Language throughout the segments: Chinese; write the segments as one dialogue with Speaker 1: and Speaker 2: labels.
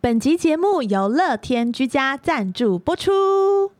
Speaker 1: 本集节目由乐天居家赞助播出。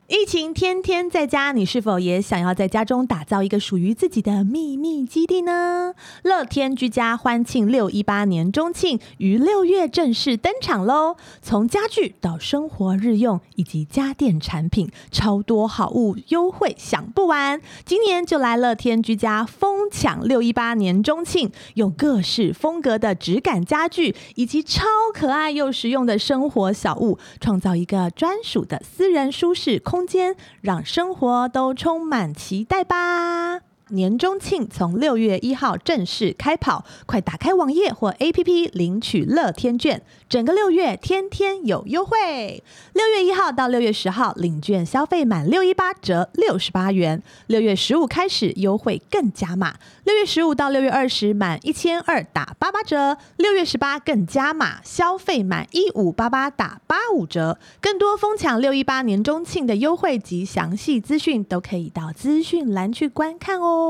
Speaker 1: 疫情天天在家，你是否也想要在家中打造一个属于自己的秘密基地呢？乐天居家欢庆六一八年中庆于六月正式登场喽！从家具到生活日用以及家电产品，超多好物优惠享不完。今年就来乐天居家疯抢六一八年中庆，有各式风格的质感家具以及超可爱又实用的生活小物，创造一个专属的私人舒适空间，让生活都充满期待吧。年中庆从六月一号正式开跑，快打开网页或 APP 领取乐天券，整个六月天天有优惠。六月一号到六月十号领券消费满六一八折六十八元，六月十五开始优惠更加码，六月十五到六月二十满一千二打八八折，六月十八更加码，消费满一五八八打八五折。更多疯抢六一八年中庆的优惠及详细资讯都可以到资讯栏去观看哦。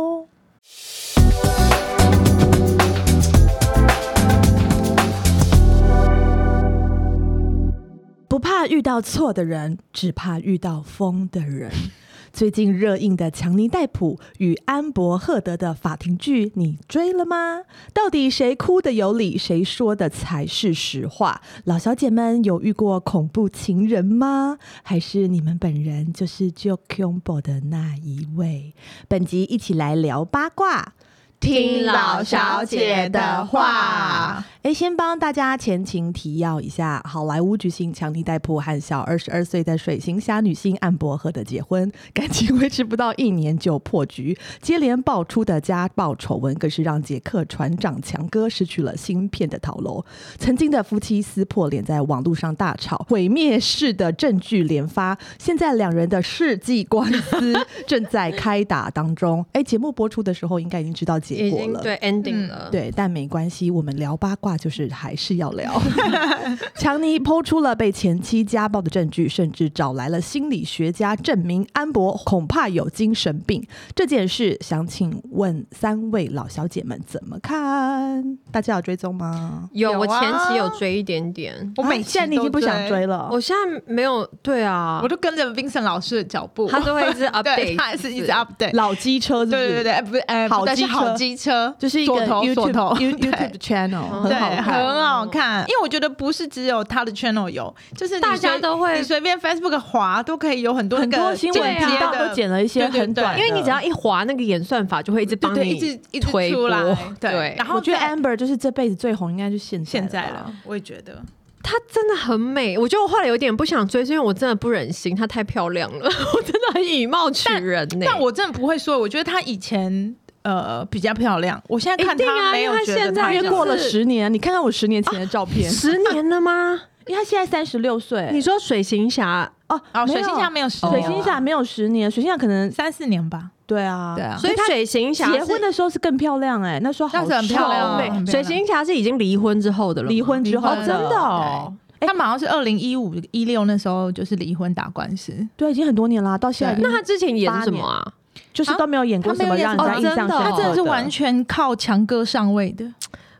Speaker 1: 不怕遇到错的人，只怕遇到疯的人。 最近热映的强尼戴普与安伯赫德的法庭剧，你追了吗？到底谁哭的有理，谁说的才是实话？老小姐们有遇过恐怖情人吗？还是你们本人就是 j o k u m b o 的那一位？本集一起来聊八卦。
Speaker 2: 听老小姐的话。
Speaker 1: 哎，先帮大家前情提要一下，好莱坞巨星强尼戴普和小二十二岁的水行侠女星安伯赫的结婚， 感情维持不到一年就破局，接连爆出的家暴丑闻更是让杰克船长强哥失去了芯片的头楼。曾经的夫妻撕破脸，在网络上大吵，毁灭式的证据连发，现在两人的世纪官司正在开打当中。哎，节目播出的时候应该已经知道结
Speaker 2: 已
Speaker 1: 果
Speaker 2: 经
Speaker 1: 了，
Speaker 2: 对
Speaker 3: 嗯
Speaker 2: ending 了，
Speaker 1: 对，但没关系，我们聊八卦就是还是要聊。强尼抛出了被前妻家暴的证据，甚至找来了心理学家证明安博恐怕有精神病。这件事，想请问三位老小姐们怎么看？大家有追踪吗？
Speaker 2: 有
Speaker 3: 有
Speaker 2: 我
Speaker 3: 啊
Speaker 2: 前期有追一点点，
Speaker 3: 我每
Speaker 1: 啊
Speaker 3: 期
Speaker 1: 现在你已经
Speaker 3: 都
Speaker 1: 不想追
Speaker 3: 追
Speaker 1: 了，
Speaker 2: 我现在没有对啊
Speaker 3: 我，都跟着 Vincent 老师的脚步，
Speaker 2: 他都会一直
Speaker 3: 对，
Speaker 2: update，
Speaker 3: 他也是一直 update。
Speaker 1: 老机车是不是
Speaker 3: 对对对对，呃不是，呃，
Speaker 1: 好
Speaker 3: 不对
Speaker 1: 机
Speaker 3: 是
Speaker 1: 车
Speaker 3: 好机车，
Speaker 1: 就是一个
Speaker 3: 锁头锁
Speaker 1: YouTube
Speaker 3: 头
Speaker 1: You-
Speaker 3: 对
Speaker 1: YouTube channel 很
Speaker 2: 嗯
Speaker 1: 好
Speaker 3: 对，
Speaker 1: 看。嗯
Speaker 3: 很好看。因为我觉得不是只有他的 channel 有，就是你
Speaker 2: 大家
Speaker 3: 随
Speaker 2: 都会
Speaker 3: 你随便 Facebook 滑都可以有很多
Speaker 1: 很
Speaker 3: 那
Speaker 1: 多
Speaker 3: 个
Speaker 1: 新
Speaker 3: 间
Speaker 1: 闻
Speaker 2: 对啊
Speaker 1: 频
Speaker 3: 接
Speaker 1: 道
Speaker 3: 的，
Speaker 1: 都剪了一些
Speaker 3: 对对
Speaker 1: 很
Speaker 3: 对
Speaker 1: 短的，
Speaker 2: 因为你只要一滑那个演算法，就会一直
Speaker 3: 对
Speaker 2: 帮
Speaker 3: 对，
Speaker 2: 你
Speaker 3: 一直一直
Speaker 2: 推
Speaker 3: 出
Speaker 2: 播。
Speaker 3: 来，
Speaker 2: 对
Speaker 3: 对。然后
Speaker 1: 我觉得
Speaker 3: 再
Speaker 1: Amber 就是这辈子最红，应该就现
Speaker 3: 现
Speaker 1: 在
Speaker 3: 在
Speaker 1: 了吧
Speaker 3: 了。，我也觉得
Speaker 2: 她真的很美，我觉得我后来有点不想追，是因为我真的不忍心，她太漂亮了， 我真的很以貌取人呢、
Speaker 3: 但我真的不会说，我觉得她以前呃比较漂亮，我现在看
Speaker 2: 一定啊
Speaker 3: 她没有
Speaker 2: 因为她
Speaker 3: 觉得
Speaker 2: 现在
Speaker 3: 她
Speaker 1: 大约
Speaker 2: 就是
Speaker 1: 过了十年，你看看我十年前的照片，
Speaker 2: 十年了吗？
Speaker 1: 因为他现在三十六岁。
Speaker 2: 你说水行侠，
Speaker 1: 哦
Speaker 3: 哦，
Speaker 1: 没
Speaker 3: 水
Speaker 1: 有
Speaker 3: 星下没有十
Speaker 1: 水
Speaker 3: 年
Speaker 1: 星
Speaker 3: 了
Speaker 1: 下没有十年，水星下可能
Speaker 3: 三四年吧，
Speaker 1: 对啊，
Speaker 3: 对啊
Speaker 2: 所以
Speaker 1: 她
Speaker 2: 水行侠
Speaker 1: 结
Speaker 2: 是
Speaker 1: 婚的时候是更漂亮哎，那时候好
Speaker 3: 那时候很漂亮
Speaker 1: 瘦
Speaker 2: 好
Speaker 3: 哦
Speaker 1: 美
Speaker 3: 很漂
Speaker 2: 美，
Speaker 3: 亮
Speaker 2: 水行侠是已经离婚之后的了吗，
Speaker 1: 离婚之后
Speaker 3: 离婚
Speaker 1: 真的哦
Speaker 3: 哦，他们好像是二零一五一六那时候就是离婚打官司，
Speaker 1: 对，已经很多年啦，到现在已
Speaker 2: 那
Speaker 1: 经
Speaker 2: 他之前演什么啊？
Speaker 1: 就是
Speaker 3: 啊
Speaker 1: 都没有演过
Speaker 3: 他没
Speaker 1: 什
Speaker 3: 有
Speaker 1: 么
Speaker 3: 演
Speaker 1: 让人
Speaker 2: 什么
Speaker 1: 家印象深
Speaker 2: 哦真的
Speaker 1: 刻
Speaker 2: 哦
Speaker 3: 他真的是完全靠强哥上位的，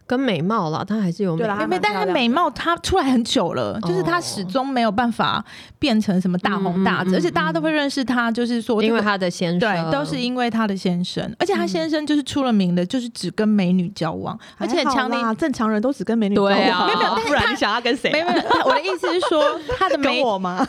Speaker 2: 跟美貌啦，他还是有美
Speaker 1: 对啦，
Speaker 3: 因为但
Speaker 1: 他
Speaker 3: 他美貌他出来很久了，就是他始终没有办法变成什么大红大
Speaker 2: 嗯嗯嗯
Speaker 3: 紫，
Speaker 2: 嗯
Speaker 3: 而且大家都会认识他，就是说这
Speaker 2: 因
Speaker 3: 个
Speaker 2: 为他的先生
Speaker 3: 对，都是因为他的先生，而且他先生就是出了名的，就是只跟美女交往，而且强尼
Speaker 1: 啊，正常人都只跟美女
Speaker 2: 对
Speaker 1: 交往
Speaker 2: 啊，
Speaker 3: 没有没有但是
Speaker 1: 不然
Speaker 3: 他
Speaker 1: 你想要跟谁啊？
Speaker 3: 没有没有，他我的意思是说他的
Speaker 1: 跟
Speaker 3: 美
Speaker 1: 我吗？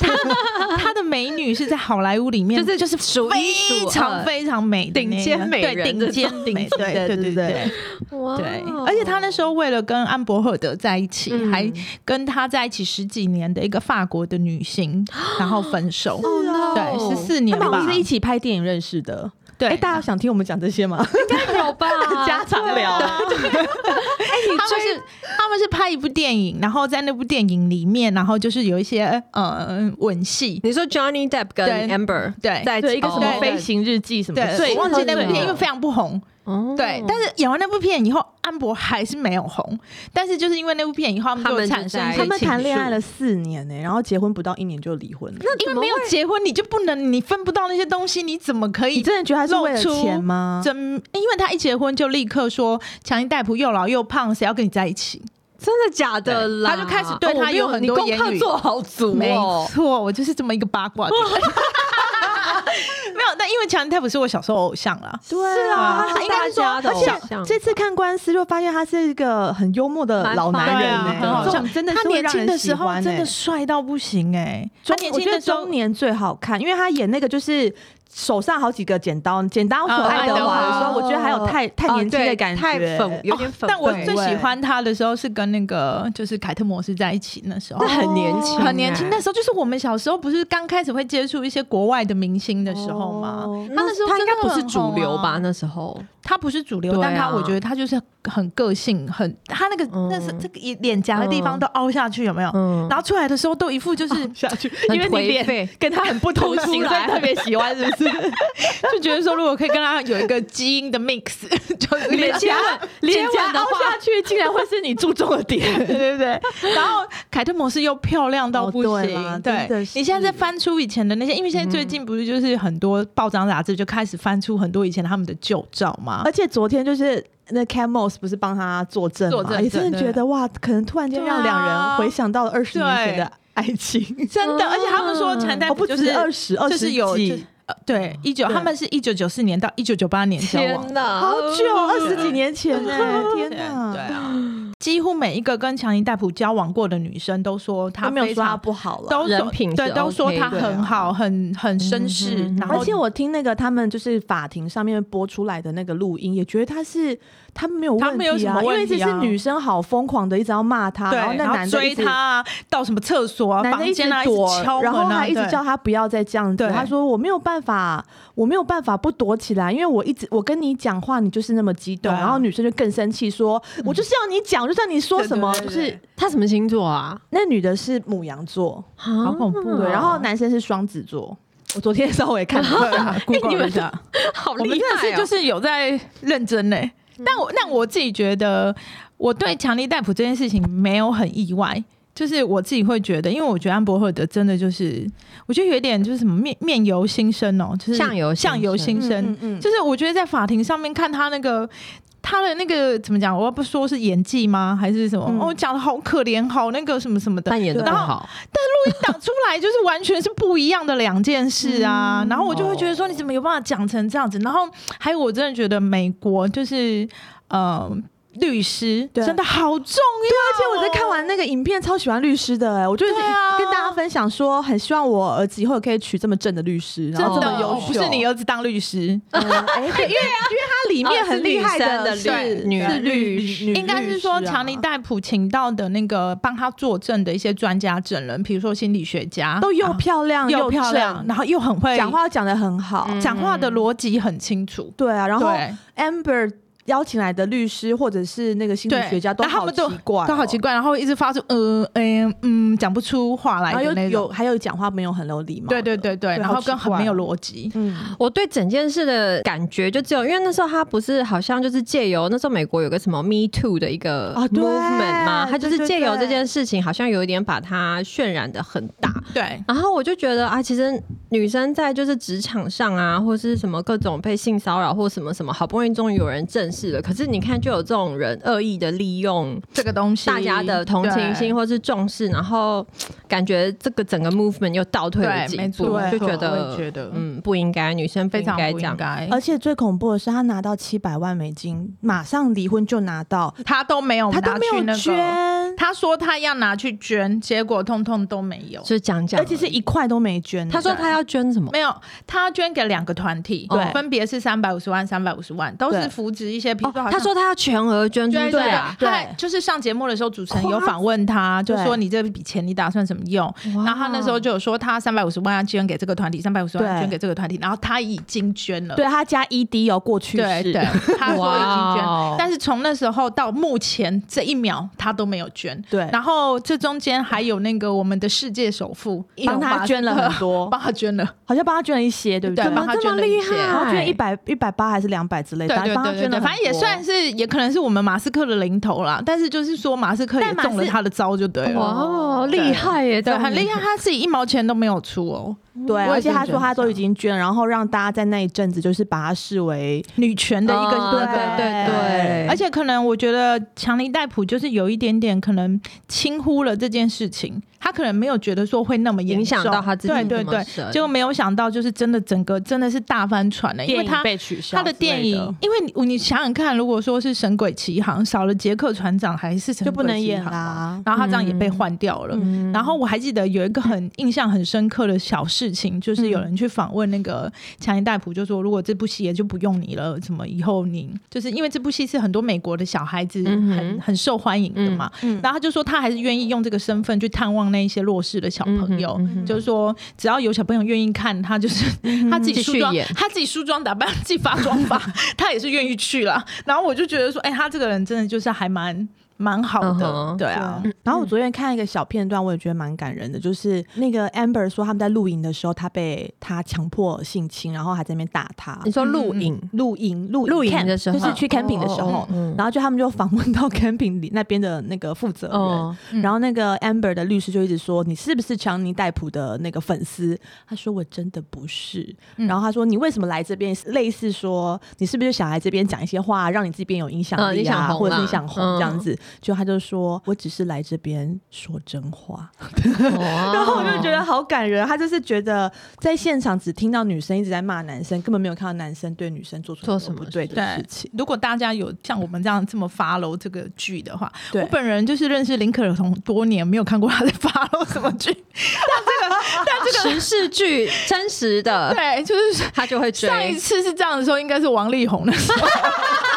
Speaker 3: 他的美女是在好莱坞里面
Speaker 2: 就是就是数一数
Speaker 3: 非常非常美的那个
Speaker 2: 顶尖美人
Speaker 3: 对顶
Speaker 2: 这
Speaker 3: 尖顶级
Speaker 1: 对
Speaker 3: 对
Speaker 1: 对
Speaker 3: 对
Speaker 1: 对
Speaker 3: 对对
Speaker 2: 哇
Speaker 3: 对，而且他那时候为了跟安伯赫德在一起，
Speaker 2: 嗯
Speaker 3: 还跟他在一起十几年的一个法国的 女星，然后分手，
Speaker 2: Oh no
Speaker 3: 哦对，十四年
Speaker 1: 啊他们好
Speaker 3: 吧
Speaker 1: 像，是一起拍电影认识的。
Speaker 3: 对，
Speaker 1: 哎，大家想听我们讲这些吗？，
Speaker 2: 应该 有吧
Speaker 1: 家常聊
Speaker 2: 对啊哎
Speaker 3: 他们是他们是拍一部电影，然后在那部电影里面，然后就是有一些呃吻戏，
Speaker 2: 你说 Johnny Depp
Speaker 3: 对
Speaker 2: 跟 Amber
Speaker 3: 对
Speaker 2: 在
Speaker 1: 对，一个什么
Speaker 2: 哦
Speaker 1: 飞行日记什么的，
Speaker 3: 对，
Speaker 1: 最
Speaker 3: 我忘记那部
Speaker 2: 对
Speaker 3: 片，因为非常不红，
Speaker 2: 哦
Speaker 3: 对，但是演完那部片以后，安博还是没有红，但是就是因为那部片以后，他们
Speaker 2: 他
Speaker 3: 就
Speaker 2: 们就
Speaker 3: 产生
Speaker 2: 在
Speaker 3: 一些
Speaker 1: 他们
Speaker 3: 情
Speaker 1: 谈恋
Speaker 3: 愫
Speaker 1: 爱了四年呢、然后结婚不到一年就离婚了。那
Speaker 2: 怎
Speaker 3: 因
Speaker 2: 么
Speaker 3: 为没有
Speaker 2: 会
Speaker 3: 结婚，你就不能，你分不到那些东西，你怎么可
Speaker 1: 你
Speaker 3: 以
Speaker 1: 真的觉得他是
Speaker 3: 露
Speaker 1: 为了
Speaker 3: 出
Speaker 1: 钱吗？
Speaker 3: 真？因为他一结婚就立刻说强尼戴普又老又胖，谁要跟你在一起？
Speaker 2: 真的假的啦？
Speaker 3: 他就开始对
Speaker 2: 哦
Speaker 3: 他
Speaker 2: 我没有
Speaker 3: 有很
Speaker 2: 你
Speaker 3: 多
Speaker 2: 功
Speaker 3: 言
Speaker 2: 课
Speaker 3: 语
Speaker 2: 做好足
Speaker 3: 没
Speaker 2: 哦。
Speaker 3: 错，我就是这么一个八卦的 人。没有，但因为强尼泰普是我小时候偶像啦，
Speaker 1: 对
Speaker 2: 是啊，
Speaker 1: 他
Speaker 2: 他
Speaker 1: 应
Speaker 2: 应
Speaker 1: 该
Speaker 2: 该
Speaker 1: 是
Speaker 2: 是
Speaker 1: 说，
Speaker 2: 大家的
Speaker 1: 而
Speaker 2: 偶
Speaker 1: 且
Speaker 2: 像。
Speaker 1: 这次看官司就发现他是一个很幽默的
Speaker 2: 蛮
Speaker 1: 老男人
Speaker 3: 对啊
Speaker 1: 呢、
Speaker 3: 很好
Speaker 1: 这
Speaker 3: 笑
Speaker 1: 种真的
Speaker 3: 他
Speaker 1: 是会
Speaker 3: 年
Speaker 1: 让
Speaker 3: 轻
Speaker 1: 人
Speaker 3: 的
Speaker 1: 喜
Speaker 3: 时候
Speaker 1: 欢
Speaker 3: 真
Speaker 1: 欸
Speaker 3: 的帅到不行哎、他
Speaker 1: 中
Speaker 3: 年
Speaker 1: 我
Speaker 3: 轻
Speaker 1: 觉
Speaker 3: 的
Speaker 1: 得
Speaker 3: 时候
Speaker 1: 中年最好看，因为他演那个就是手上好几个剪刀，剪刀手
Speaker 3: 哦
Speaker 1: 爱德华
Speaker 3: 爱德
Speaker 1: 的
Speaker 3: 华
Speaker 1: 时候，我觉得还有太太
Speaker 2: 哦
Speaker 1: 年轻的
Speaker 2: 对
Speaker 1: 感觉，
Speaker 2: 太粉，有点粉味。
Speaker 3: 但我最喜欢他的时候是跟那个就是凯特摩斯在一起那时候
Speaker 2: 那。很年轻欸，
Speaker 3: 很年轻，那时候就是我们小时候，不是刚开始会接触一些国外的明星的时候吗？
Speaker 1: 哦
Speaker 2: 他那时候
Speaker 3: 他
Speaker 2: 他
Speaker 3: 应
Speaker 2: 应
Speaker 3: 该
Speaker 2: 该
Speaker 3: 不
Speaker 2: 不
Speaker 3: 是
Speaker 2: 是
Speaker 3: 主
Speaker 2: 主
Speaker 3: 流
Speaker 2: 流
Speaker 3: 吧
Speaker 2: 吧？那时候
Speaker 3: 他不是主流，
Speaker 2: 对啊
Speaker 3: 但他我觉得他就是很个性，很他那个、那是
Speaker 2: 嗯
Speaker 3: 这个脸颊的地方都凹下去，有没有？
Speaker 2: 嗯
Speaker 3: 然后出来的时候都一副就是、下 去，
Speaker 2: 很
Speaker 3: 因为你
Speaker 2: 颓
Speaker 3: 脸
Speaker 2: 废
Speaker 3: 跟他很不同
Speaker 2: 凸出
Speaker 3: 型，所以
Speaker 2: 来
Speaker 3: 特别喜欢，是不是？就觉得说如果可以跟他有一个基因的 mix，就 是
Speaker 2: 脸颊
Speaker 3: 脸
Speaker 2: 脸
Speaker 3: 颊
Speaker 2: 颊
Speaker 3: 凹
Speaker 2: 凹
Speaker 3: 下
Speaker 2: 下
Speaker 3: 去，竟然会是你注重的点，对对对。然后凯特摩斯又漂亮到不
Speaker 1: 哦对
Speaker 3: 行，
Speaker 1: 啦
Speaker 3: 对
Speaker 1: 真的是
Speaker 3: 你现在在翻出以前的那些，因为现在最近不是就是很多报章杂志就开始翻出很多以前他们的旧照吗
Speaker 1: 而？且昨天就是那 Camos 不是帮他作证
Speaker 3: 作
Speaker 1: 嘛，
Speaker 3: 证
Speaker 1: 也真的
Speaker 3: 对
Speaker 1: 觉得哇，可能突然间让
Speaker 3: 对啊
Speaker 1: 两人回想到了二十年前
Speaker 3: 对
Speaker 1: 的爱 情，
Speaker 3: 真的，
Speaker 2: 嗯
Speaker 3: 而且他们说陈代
Speaker 1: 哦，不
Speaker 3: 普就
Speaker 1: 止
Speaker 3: 是
Speaker 1: 二十，二
Speaker 3: 就
Speaker 1: 十
Speaker 3: 是有就
Speaker 1: 几
Speaker 3: 是。呃对，一九
Speaker 1: 对
Speaker 3: 他们是一九九四年到一九九八年交往
Speaker 2: 天
Speaker 3: 的，
Speaker 2: 哪，
Speaker 1: 好久，二十几年前呢、
Speaker 3: 对
Speaker 1: 天
Speaker 3: 对
Speaker 1: 哪！
Speaker 3: 对啊，几乎每一个跟强尼戴普交往过的女生都说她
Speaker 1: 他没有
Speaker 3: 非
Speaker 1: 说他
Speaker 3: 常
Speaker 1: 不好了，
Speaker 3: 都说
Speaker 2: 人品是
Speaker 3: 对，都说
Speaker 2: OK
Speaker 3: 她
Speaker 2: 的
Speaker 3: 很好，很很绅士，然后
Speaker 1: 嗯而且我听那个他们就是法庭上面播出来的那个录音，也觉得他是他没有问题、啊，
Speaker 3: 他没有什么
Speaker 1: 因
Speaker 3: 问
Speaker 1: 为
Speaker 3: 题
Speaker 1: 这
Speaker 3: 啊
Speaker 1: 是女生好疯狂的一直要骂他，
Speaker 3: 对，
Speaker 1: 然后那男的
Speaker 3: 追
Speaker 1: 一直
Speaker 3: 她啊到什么厕所啊、
Speaker 1: 男的
Speaker 3: 房
Speaker 1: 一直
Speaker 3: 间啊，一直
Speaker 1: 躲，
Speaker 3: 敲门
Speaker 1: 然后
Speaker 3: 啊，
Speaker 1: 还一直
Speaker 3: 对
Speaker 1: 叫他不要再这样子。
Speaker 3: 对
Speaker 1: 他说我没有办法，我没有办法不躲起来，因为我一直我跟你讲话，你就是那么激动。
Speaker 3: 对啊嗯
Speaker 1: 然后女生就更生气，说我就是要你讲，就算你说什么，
Speaker 3: 对
Speaker 1: 就
Speaker 3: 对对
Speaker 1: 是
Speaker 2: 他什么星座啊？
Speaker 1: 那女的是母羊座，
Speaker 2: 好
Speaker 3: 恐怖哦
Speaker 1: 对，然后男生是双子座。我昨天 稍微看了
Speaker 3: 你
Speaker 1: ，Google
Speaker 3: 们
Speaker 1: 一下，
Speaker 2: 好
Speaker 3: 我们
Speaker 2: 厉
Speaker 3: 真的
Speaker 2: 害
Speaker 3: 是
Speaker 2: 哦，
Speaker 3: 就是有在认真嘞、
Speaker 2: 嗯
Speaker 3: 但我但我自己觉得，我对强力逮捕这件事情没有很意外。就是我自己会觉得，因为我觉得安博赫德真的就是，我觉得有一点就是什么面面由心生哦、就是
Speaker 2: 相由心
Speaker 3: 相由心
Speaker 1: 嗯
Speaker 3: 生，
Speaker 1: 嗯嗯
Speaker 3: 就是我觉得在法庭上面看他那个他的那个怎么讲，我要不说是演技吗，还是什么？
Speaker 1: 嗯
Speaker 3: 哦，讲的好可怜，好那个什么什么的，
Speaker 2: 扮演的不
Speaker 3: 然后
Speaker 2: 好，
Speaker 3: 讲出来就是完全是不一样的两件事啊。然后我就会觉得说，
Speaker 2: 哦
Speaker 3: 你怎么有办法讲成这样子？然后还有，我真的觉得美国就是呃，律师
Speaker 1: 对
Speaker 3: 真的好重要、
Speaker 1: 而且我在看。完那个影片，超喜欢律师的哎、我就是
Speaker 3: 对啊
Speaker 1: 跟大家分享说，很希望我儿子以后也可以娶这么正的律师，然
Speaker 3: 真
Speaker 1: 后
Speaker 3: 的
Speaker 1: 这么优
Speaker 3: 哦
Speaker 1: 秀。
Speaker 3: 不是你儿子当律师，
Speaker 1: 嗯哎，对，因为因为它里面很厉害
Speaker 2: 哦是女生的
Speaker 1: 是是
Speaker 2: 女
Speaker 1: 律
Speaker 2: 律
Speaker 1: 师，
Speaker 2: 师
Speaker 1: 女
Speaker 3: 应该是说强尼
Speaker 1: 律师啊
Speaker 3: 戴普请到的那个帮他作证的一些专家证人，比如说心理学家，啊
Speaker 1: 都嗯又漂亮
Speaker 3: 又漂
Speaker 1: 正
Speaker 3: 亮，，然后又很会
Speaker 1: 讲，话讲的很好，
Speaker 2: 嗯
Speaker 3: 讲话的逻辑很清楚。
Speaker 1: 对啊，然后
Speaker 3: 对
Speaker 1: Amber 邀请来的律师或者是那个心理
Speaker 3: 对
Speaker 1: 学家都
Speaker 3: 但他
Speaker 1: 好
Speaker 3: 们
Speaker 1: 奇
Speaker 3: 都
Speaker 1: 怪哦，
Speaker 3: 都好奇怪，然后一直发出呃嗯嗯讲不出话来
Speaker 1: 然后
Speaker 3: 的
Speaker 1: 有
Speaker 3: 那
Speaker 1: 有
Speaker 3: 种。
Speaker 1: 还有讲话没有很有礼貌，
Speaker 3: 对对，对对，
Speaker 1: 对
Speaker 3: 然
Speaker 1: 好
Speaker 3: 后
Speaker 1: 奇
Speaker 3: 跟很
Speaker 1: 怪
Speaker 3: 没有逻辑。
Speaker 1: 嗯，
Speaker 2: 我对整件事的感觉就只有，因为那时候他不是好像就是借由那时候美国有个什么 Me Too 的一个
Speaker 1: 啊对
Speaker 2: movement 嘛，他就
Speaker 1: 对对
Speaker 2: 是借由
Speaker 1: 对
Speaker 2: 这件事情，好像有一点把它渲染的很大。
Speaker 3: 对，
Speaker 2: 然后我就觉得啊，其实女生在就是职场上啊，或是什么各种被性骚扰或什么什么，好不容易终于有人正视了，可是你看就有这种人恶意的利用
Speaker 3: 这个东西
Speaker 2: 大家的同情心
Speaker 3: 对
Speaker 2: 或是重视，然后感觉这个整个 movement 又倒退了
Speaker 3: 对，
Speaker 2: 几
Speaker 3: 没
Speaker 2: 步
Speaker 3: 错，，
Speaker 2: 就
Speaker 3: 没错
Speaker 2: 觉
Speaker 3: 我也
Speaker 2: 得
Speaker 3: 觉得嗯，
Speaker 2: 嗯不应该，女生不
Speaker 3: 非
Speaker 2: 应
Speaker 3: 常
Speaker 2: 该
Speaker 3: 不
Speaker 2: 这
Speaker 3: 应
Speaker 2: 样。
Speaker 3: 该，
Speaker 1: 而且最恐怖的是他拿到七百万美金，马上离婚就拿到，
Speaker 3: 呃他都没有
Speaker 1: 他都
Speaker 3: 哦拿
Speaker 1: 没
Speaker 3: 去
Speaker 1: 有
Speaker 3: 那个，
Speaker 1: 捐，
Speaker 3: 他说他要拿去捐，结果通通都没有。
Speaker 2: 就是讲讲
Speaker 1: 而
Speaker 2: 而已，
Speaker 1: 且是一块都没捐，
Speaker 2: 哎他说他要捐什么？
Speaker 3: 没有，他捐给两个团体，
Speaker 2: 对
Speaker 3: 分别是三百五十万、三百五十万，都
Speaker 1: 对
Speaker 3: 是扶植一些，比如说好
Speaker 2: 哦，
Speaker 3: 像
Speaker 2: 他说他要全额捐出
Speaker 3: 对
Speaker 2: 去
Speaker 3: 对
Speaker 2: 啊！
Speaker 3: 对，
Speaker 1: 对
Speaker 3: 后来就是上节目的时候，主持人有访问他，就
Speaker 1: 对
Speaker 3: 说你这笔钱你打算怎么用？
Speaker 2: 哇
Speaker 3: 然后他那时候就有说他三百五十万要捐给这个团体，三百五十
Speaker 1: 对
Speaker 3: 万捐给这个团体，然后他已经捐了。
Speaker 1: 对他加 ED 哦，过去
Speaker 3: 对
Speaker 1: 式，
Speaker 3: 对，他说已经
Speaker 2: 哇
Speaker 3: 捐
Speaker 2: 哦，
Speaker 3: 但是从那时候到目前这一秒，他都没有捐。
Speaker 1: 对
Speaker 3: 然后这中间还有那个我们的世界首富
Speaker 1: 帮他捐了很
Speaker 3: 多，
Speaker 1: 多，
Speaker 3: 帮他捐了，
Speaker 1: 好像帮他捐了一些，对不
Speaker 3: 对，帮他
Speaker 2: 这
Speaker 3: 捐
Speaker 2: 么
Speaker 3: 了一
Speaker 2: 厉
Speaker 3: 些
Speaker 2: 害
Speaker 1: 然后捐一百一百八还是两百之类的，
Speaker 3: 对
Speaker 1: 反
Speaker 3: 对
Speaker 1: 正帮他
Speaker 3: 对对
Speaker 1: 哎捐了
Speaker 3: 对，
Speaker 1: 很多，
Speaker 3: 反正也算是，也可能是我们马斯克的零头啦。但是就是说，马斯克也
Speaker 1: 但马斯
Speaker 2: 哦
Speaker 3: 中了他的招就对了。
Speaker 2: 哇，厉害耶！这
Speaker 3: 对，
Speaker 2: 种
Speaker 3: 很厉害，他自己一毛钱都没有出哦。
Speaker 1: 对，
Speaker 3: 我也
Speaker 1: 而且
Speaker 3: 是
Speaker 1: 他
Speaker 3: 觉
Speaker 1: 说
Speaker 3: 得
Speaker 1: 他都
Speaker 3: 是
Speaker 1: 已经捐，然后让大家在那一阵子就是把它视为
Speaker 3: 女权的一个、
Speaker 2: 哦
Speaker 3: 那
Speaker 2: 对
Speaker 3: 个
Speaker 2: 对对，
Speaker 3: 而且可能我觉得强尼戴普就是有一点点可能轻忽了这件事情，他可能没有觉得说会那么严重
Speaker 2: 影响到他自己
Speaker 3: 对对
Speaker 2: 怎么
Speaker 3: 对，
Speaker 2: 生
Speaker 1: 呃
Speaker 3: 结果没有想到就是真的整个真的是大翻船欸了、因为
Speaker 1: 电影
Speaker 3: 他
Speaker 1: 被取消
Speaker 3: 他的电
Speaker 1: 之类
Speaker 3: 影，因为你你想想看，如果说是《神鬼奇航》少了杰克船长，还是神
Speaker 1: 就不
Speaker 3: 鬼
Speaker 1: 能
Speaker 3: 奇
Speaker 1: 演
Speaker 3: 航嘛，
Speaker 1: 啦。
Speaker 3: 然后他这样也被换掉了。
Speaker 1: 嗯
Speaker 3: 然后我还记得有一个很印象很深刻的小事情，就是有人去访问那个强尼戴普，就说如果这部戏也就不用你了，怎么以后你就是因为这部戏是很多美国的小孩子
Speaker 2: 嗯哼
Speaker 3: 很、很受欢迎的嘛，
Speaker 1: 嗯
Speaker 3: 然后他就说他还是愿意用这个身份去探望那一些弱势的小朋友，
Speaker 2: 嗯哼嗯嗯哼
Speaker 3: 就是说只要有小朋友愿意看，他就是、他自己
Speaker 2: 继续
Speaker 3: 梳妆
Speaker 2: 演，
Speaker 3: 他自己梳妆打扮，自己化妆法， 他也是愿意去啦。然后我就觉得说，哎、他这个人真的就是还蛮蛮好的，
Speaker 2: 嗯哼
Speaker 3: 对啊。
Speaker 1: 对然后我昨天看一个小片段，我也觉得蛮感人的，就是那个 Amber 说他们在露营的时候，他被他强迫性侵，然后还在那边打他。
Speaker 3: 嗯
Speaker 2: 你说录影，
Speaker 1: 露营露
Speaker 2: 露营
Speaker 1: camp，
Speaker 2: 的时候
Speaker 1: 就是去 camping 的时候，
Speaker 2: 哦哦嗯
Speaker 1: 然后就他们就访问到 camping 里那边的那个负责人。
Speaker 2: 哦，
Speaker 1: 然后那个 Amber 的律师就一直说你是不是强尼戴普的那个粉丝？他说我真的不是。然后他说你为什么来这边？类似说你是不是想来这边讲一些话，让你自己变有影响
Speaker 2: 嗯
Speaker 1: 力
Speaker 2: 你想
Speaker 1: 啊，
Speaker 2: 红
Speaker 1: 或者是
Speaker 2: 啦
Speaker 1: 你想红
Speaker 2: 嗯
Speaker 1: 这样子？就他就说我只是来这边说真话。 然
Speaker 2: 然
Speaker 1: 后我就觉得好感人，他就是觉得在现场只听到女生一直在骂男生，根本没有看到男生对女生做出
Speaker 2: 做什么
Speaker 1: 不对
Speaker 3: 对
Speaker 1: 的事情。，
Speaker 3: 如果大家有像我们这样这么 follow 这个剧的话，
Speaker 1: 对
Speaker 3: 我本人就是认识林可彤多年，没有看过他在 follow 什么 剧。
Speaker 2: 时事剧真实的，
Speaker 3: 对，就是
Speaker 2: 他就会呃追。
Speaker 3: 上一次是这样的时候，应该是王力宏的时 候。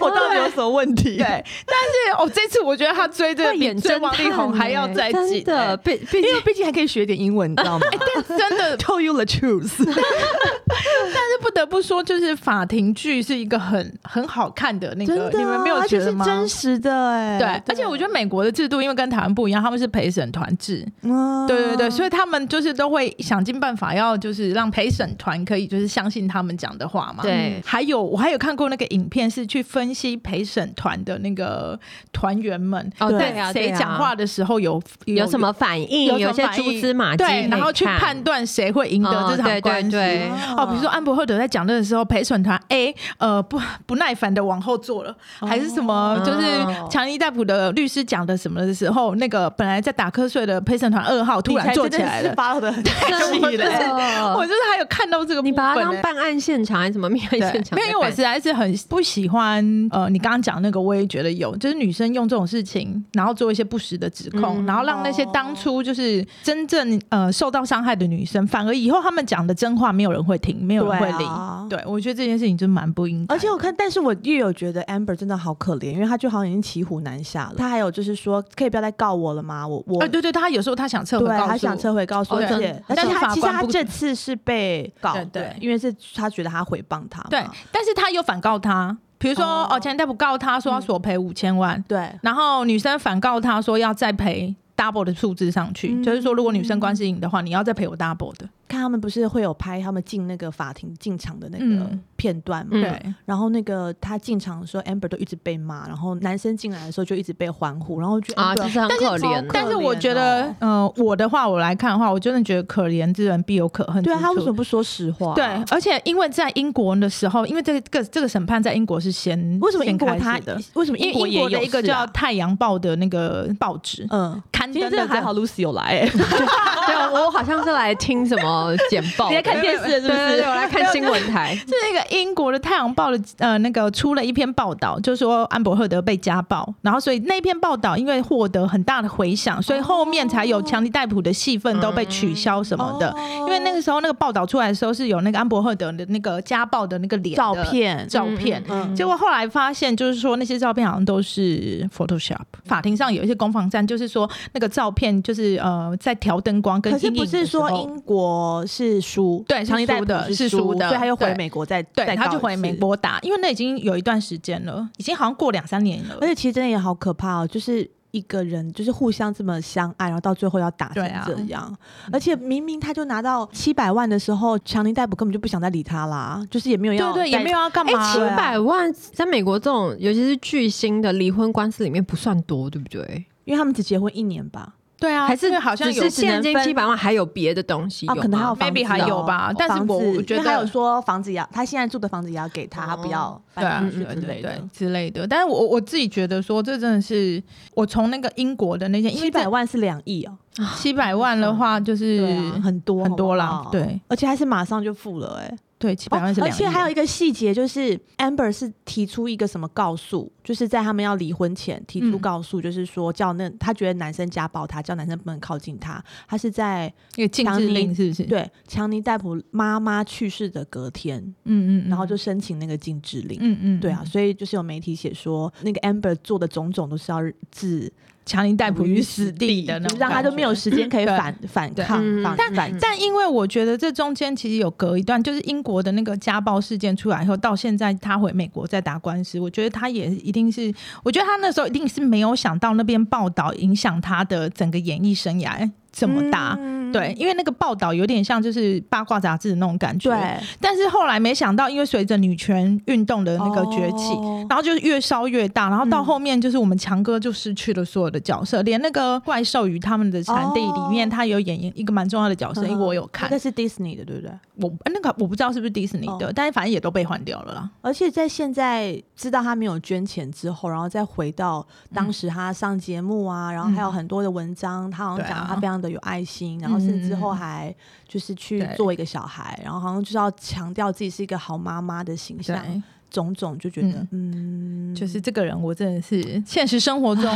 Speaker 1: 我到底有什么问题？啊
Speaker 3: 对，但是哦，这次我觉得他追这个
Speaker 2: 会
Speaker 3: 比
Speaker 2: 演
Speaker 3: 追
Speaker 2: 真
Speaker 3: 王力宏还要再紧、
Speaker 2: 真的，
Speaker 3: 哎
Speaker 2: 毕毕
Speaker 1: 因
Speaker 2: 竟
Speaker 1: 为毕竟还可以学点英文，你知 道吗
Speaker 3: 真的
Speaker 1: ？Tell you the truth，
Speaker 3: 但是不得不说，就是法庭剧是一个很很好看的那
Speaker 2: 啊
Speaker 3: 个，
Speaker 1: 啊
Speaker 3: 你们没有觉得吗？
Speaker 1: 真实的哎、
Speaker 3: 对，而且我觉得美国的制度因为跟台湾不一样，他们是陪审团制，
Speaker 1: 嗯
Speaker 3: 对对对，所
Speaker 1: 以
Speaker 3: 以他们就是都会想尽办法要就是让陪审团可以就是相信他们讲的话嘛。
Speaker 2: 对
Speaker 3: 还有我还有看过那个影片是去分析陪审团的那个团员们
Speaker 2: 哦
Speaker 3: 在
Speaker 2: 对啊对
Speaker 3: 谁
Speaker 2: 啊
Speaker 3: 讲话的时候嗯有
Speaker 2: 有什。么反应，嗯
Speaker 3: 有
Speaker 2: 有一些蛛丝马迹可以
Speaker 3: 对
Speaker 2: 看，，
Speaker 3: 然后去判断谁会赢得
Speaker 2: 嗯
Speaker 3: 这场
Speaker 2: 对对
Speaker 3: 关系。
Speaker 2: 对，
Speaker 3: 哦，比如说安博赫德在讲论的时候，陪审团 A 呃不不耐烦的往后坐了，还是什么？
Speaker 2: 哦
Speaker 3: 就是强尼戴普的律师讲的什么的时候，那个本来在打瞌睡的陪审团二号突然坐起来了。
Speaker 1: 发的很
Speaker 2: 真
Speaker 3: 气嘞 我
Speaker 2: 的，
Speaker 3: 就是还有看到这个部
Speaker 2: 你
Speaker 3: 分欸，
Speaker 2: 把它当办案现场还是什么命案
Speaker 3: 对
Speaker 2: 现，场在办？
Speaker 3: 没有，因为我实在是很不喜欢。呃，你刚刚讲那个，我也觉得有，就是女生用这种事情，然后做一些不实的指控，
Speaker 2: 嗯
Speaker 3: 然后让那些
Speaker 1: 哦
Speaker 3: 当初就是真正呃受到伤害的女生，反而以后他们讲的真话，没有人会听，没有人会
Speaker 1: 对
Speaker 3: 理。
Speaker 1: 啊
Speaker 3: 对,、我觉得这件事情真蛮不应该。
Speaker 1: 而且我看，但是我又有觉得 Amber 真的好可怜，因为她就好像已经骑虎难下了。她还有就是说，可以不要再告我了吗？我我、
Speaker 3: 啊，对对，他有时候他想撤回
Speaker 1: 对，
Speaker 3: 告诉我，
Speaker 1: 他想撤回告诉我，
Speaker 2: 哦
Speaker 1: 而
Speaker 2: 真
Speaker 1: 且
Speaker 2: 的
Speaker 1: 而且
Speaker 3: 但是
Speaker 1: 他
Speaker 3: 法
Speaker 1: 其实
Speaker 3: 官
Speaker 1: 他
Speaker 3: 不
Speaker 1: 这次是被告，
Speaker 3: 对对
Speaker 1: 因为是他觉得他诽谤他嘛，
Speaker 3: 对，但是他有反告他，比如说
Speaker 1: 哦嗯
Speaker 3: 哦，前代不告他说要索赔五千万，
Speaker 1: 对
Speaker 3: 然后女生反告他说要再赔 double 的数字上去，
Speaker 1: 嗯
Speaker 3: 就是说如果女生关系赢的话，你要再赔我 double 的。
Speaker 1: 看他们不是会有拍他们进那个法庭进场的那个
Speaker 3: 嗯
Speaker 1: 片段嘛，
Speaker 2: 嗯
Speaker 3: 对，
Speaker 1: 然后那个他进场的时候，Amber 都一直被骂，然后男生进来的时候就一直被欢呼，然后我觉得
Speaker 2: 啊，
Speaker 1: Amber-
Speaker 2: 其实很可怜
Speaker 1: 超
Speaker 2: 啊。
Speaker 3: 但是我觉
Speaker 1: 可怜
Speaker 3: 得
Speaker 1: 哦，
Speaker 3: 嗯、我的话我来看的话，我真的觉得可怜之人必有可恨之
Speaker 1: 对
Speaker 3: 处。
Speaker 1: 啊，他为什么不说实话？
Speaker 3: 对，而且因为在英国的时候，因为这个这个这个审判在英国是先
Speaker 1: 为什么英国
Speaker 3: 先开
Speaker 1: 他
Speaker 3: 始的？
Speaker 1: 为什么
Speaker 3: 因
Speaker 1: 英
Speaker 3: 为英
Speaker 1: 也
Speaker 3: 国的
Speaker 1: 有
Speaker 3: 一个
Speaker 1: 事
Speaker 3: 叫
Speaker 1: 啊
Speaker 3: 《太阳报》的那个报纸，
Speaker 1: 嗯，
Speaker 3: 刊
Speaker 1: 今
Speaker 3: 登
Speaker 1: 天
Speaker 3: 的
Speaker 1: 真的
Speaker 3: 这
Speaker 1: 还好 Lucy 有来、欸，
Speaker 2: 对，我好像是来听什么简报的，
Speaker 1: 你在看电视是不是
Speaker 2: 对对对，我来看新闻台。
Speaker 3: 是那个英国的《太阳报》的呃那个出了一篇报道，就说安伯赫德被家暴，然后所以那篇报道因为获得很大的回响，所以后面才
Speaker 1: 哦
Speaker 3: 有强尼戴普的戏份都被取消什么的。因为那个时候那个报道出来的时候是有那个安伯赫德的那个家暴的那个脸的
Speaker 1: 照片，
Speaker 3: 照片。
Speaker 1: 嗯
Speaker 3: 结果后来发现，就是说那些照片好像都是 Photoshop。法庭上有一些攻防战，就是说那个照片就是呃在调灯光跟
Speaker 1: 可
Speaker 3: 阴
Speaker 1: 是
Speaker 3: 影
Speaker 1: 不
Speaker 3: 的
Speaker 1: 是
Speaker 3: 时
Speaker 1: 说
Speaker 3: 候
Speaker 1: 英国是输，
Speaker 3: 对是
Speaker 1: 强尼戴
Speaker 3: 输
Speaker 1: 普
Speaker 3: 的
Speaker 1: 是
Speaker 3: 是
Speaker 1: 输
Speaker 3: 输的
Speaker 1: 所以他又回
Speaker 3: 对
Speaker 1: 美国再
Speaker 3: 对，
Speaker 1: 再
Speaker 3: 他
Speaker 1: 告
Speaker 3: 就
Speaker 1: 一
Speaker 3: 回美
Speaker 1: 次
Speaker 3: 国打，因为那已经有一段时间了，已经好像过两三年了
Speaker 1: 而。且其实真的也好可怕哦，就是一个人就是互相这么相爱，然后到最后要打成
Speaker 3: 对啊
Speaker 1: 这样，而且明明他就拿到七百万的时候，强尼戴普根本就不想再理他啦，就是也没有要
Speaker 3: 对对，也
Speaker 1: 再
Speaker 3: 没有要干
Speaker 2: 哎，
Speaker 3: 嘛
Speaker 2: 七
Speaker 1: 对啊
Speaker 2: 百万在美国这种，尤其是巨星的离婚官司里面不算多，对不对？
Speaker 1: 因为他们只结婚一年吧，
Speaker 3: 对啊，
Speaker 2: 还是
Speaker 3: 因为好像
Speaker 2: 只
Speaker 3: 有
Speaker 2: 是
Speaker 3: 只能
Speaker 2: 现金
Speaker 3: 分
Speaker 2: 七百万，还有别的东西有
Speaker 1: 哦，
Speaker 2: 吗？
Speaker 1: 可能还有房
Speaker 3: maybe
Speaker 1: 子
Speaker 3: 还
Speaker 1: 哦
Speaker 3: 有吧但是
Speaker 1: 房
Speaker 3: 我
Speaker 1: 子
Speaker 3: 我觉
Speaker 1: 因为他有
Speaker 3: 得
Speaker 1: 说房子也要，他现在住的房子也要给他，他不要
Speaker 3: 对啊
Speaker 1: 搬出去
Speaker 2: 嗯嗯嗯
Speaker 1: 之类
Speaker 3: 对
Speaker 1: 的。
Speaker 3: 之类的。但是我我自己觉得说，这真的是我从那个英国的那些，因
Speaker 1: 七
Speaker 3: 为
Speaker 1: 百万是两亿哦，
Speaker 3: 七百万的话，就是
Speaker 1: 对啊，很多
Speaker 3: 很多啦
Speaker 1: 好不，好，
Speaker 3: 对
Speaker 1: 而且还是马上就付了，哎，
Speaker 3: 对，七百万是
Speaker 1: 哦而
Speaker 3: 两亿，
Speaker 1: 且还有一个细节就是 Amber 是提出一个什么告诉，就是在他们要离婚前提出
Speaker 3: 嗯
Speaker 1: 告诉，就是说叫那他觉得男生家暴他，叫男生不能靠近他，他是在
Speaker 3: 一个禁
Speaker 1: 强
Speaker 3: 制
Speaker 1: 尼
Speaker 3: 令，是不是？，
Speaker 1: 对强尼戴普妈妈去世的隔天，
Speaker 3: 嗯嗯，
Speaker 1: 然后就申请那个禁止令。
Speaker 3: 嗯嗯，
Speaker 1: 对啊，，所以就是有媒体写说，那个 Amber 做的种种都是要置
Speaker 3: 强尼逮捕于死地的
Speaker 1: 就
Speaker 3: 那
Speaker 1: 是
Speaker 3: 种，
Speaker 1: 让他就没有。时间 可以
Speaker 3: 对
Speaker 1: 反反
Speaker 3: 对
Speaker 1: 抗
Speaker 2: 嗯，
Speaker 1: 反
Speaker 2: 但
Speaker 1: 反
Speaker 3: 但因为我觉得这中间其实有隔一段，就是英国的那个家暴事件出来以后，到现在他回美国在打官司，我觉得他也一定是，我觉得他那时候一定是没有想到那边报道影响他的整个演艺生涯这么大。
Speaker 1: 嗯
Speaker 3: 对，因为那个报道有点像就是八卦杂志的那种感觉。，
Speaker 1: 对
Speaker 3: 但是后来没想到，因为随着女权运动的那个崛起，
Speaker 1: 哦
Speaker 3: 然后就越烧越大，然后到
Speaker 1: 嗯
Speaker 3: 后面就是我们强哥就失去了所有的角色，连那个怪兽与他们的产地里面，
Speaker 1: 哦嗯
Speaker 3: 他有演一个蛮重要的角色，因为我有看
Speaker 1: 那，个是 Disney 的，对不对？
Speaker 3: 我呃那个我不知道是不是迪士尼的，
Speaker 1: 哦
Speaker 3: 但是反正也都被换掉了啦。
Speaker 1: 而且在现在知道他没有捐钱之后，然后再回到
Speaker 3: 嗯
Speaker 1: 当时他上节目啊，然后还有很多的文章，他好像
Speaker 3: 对啊
Speaker 1: 讲他非常的有爱心，然后甚至之后
Speaker 3: 嗯
Speaker 1: 还就是去
Speaker 3: 对
Speaker 1: 做一个小孩，然后好像就是要强调自己是一个好妈妈的形象，
Speaker 3: 对，
Speaker 1: 种种就觉得嗯，
Speaker 3: 就是这个人，我真的是现实生活中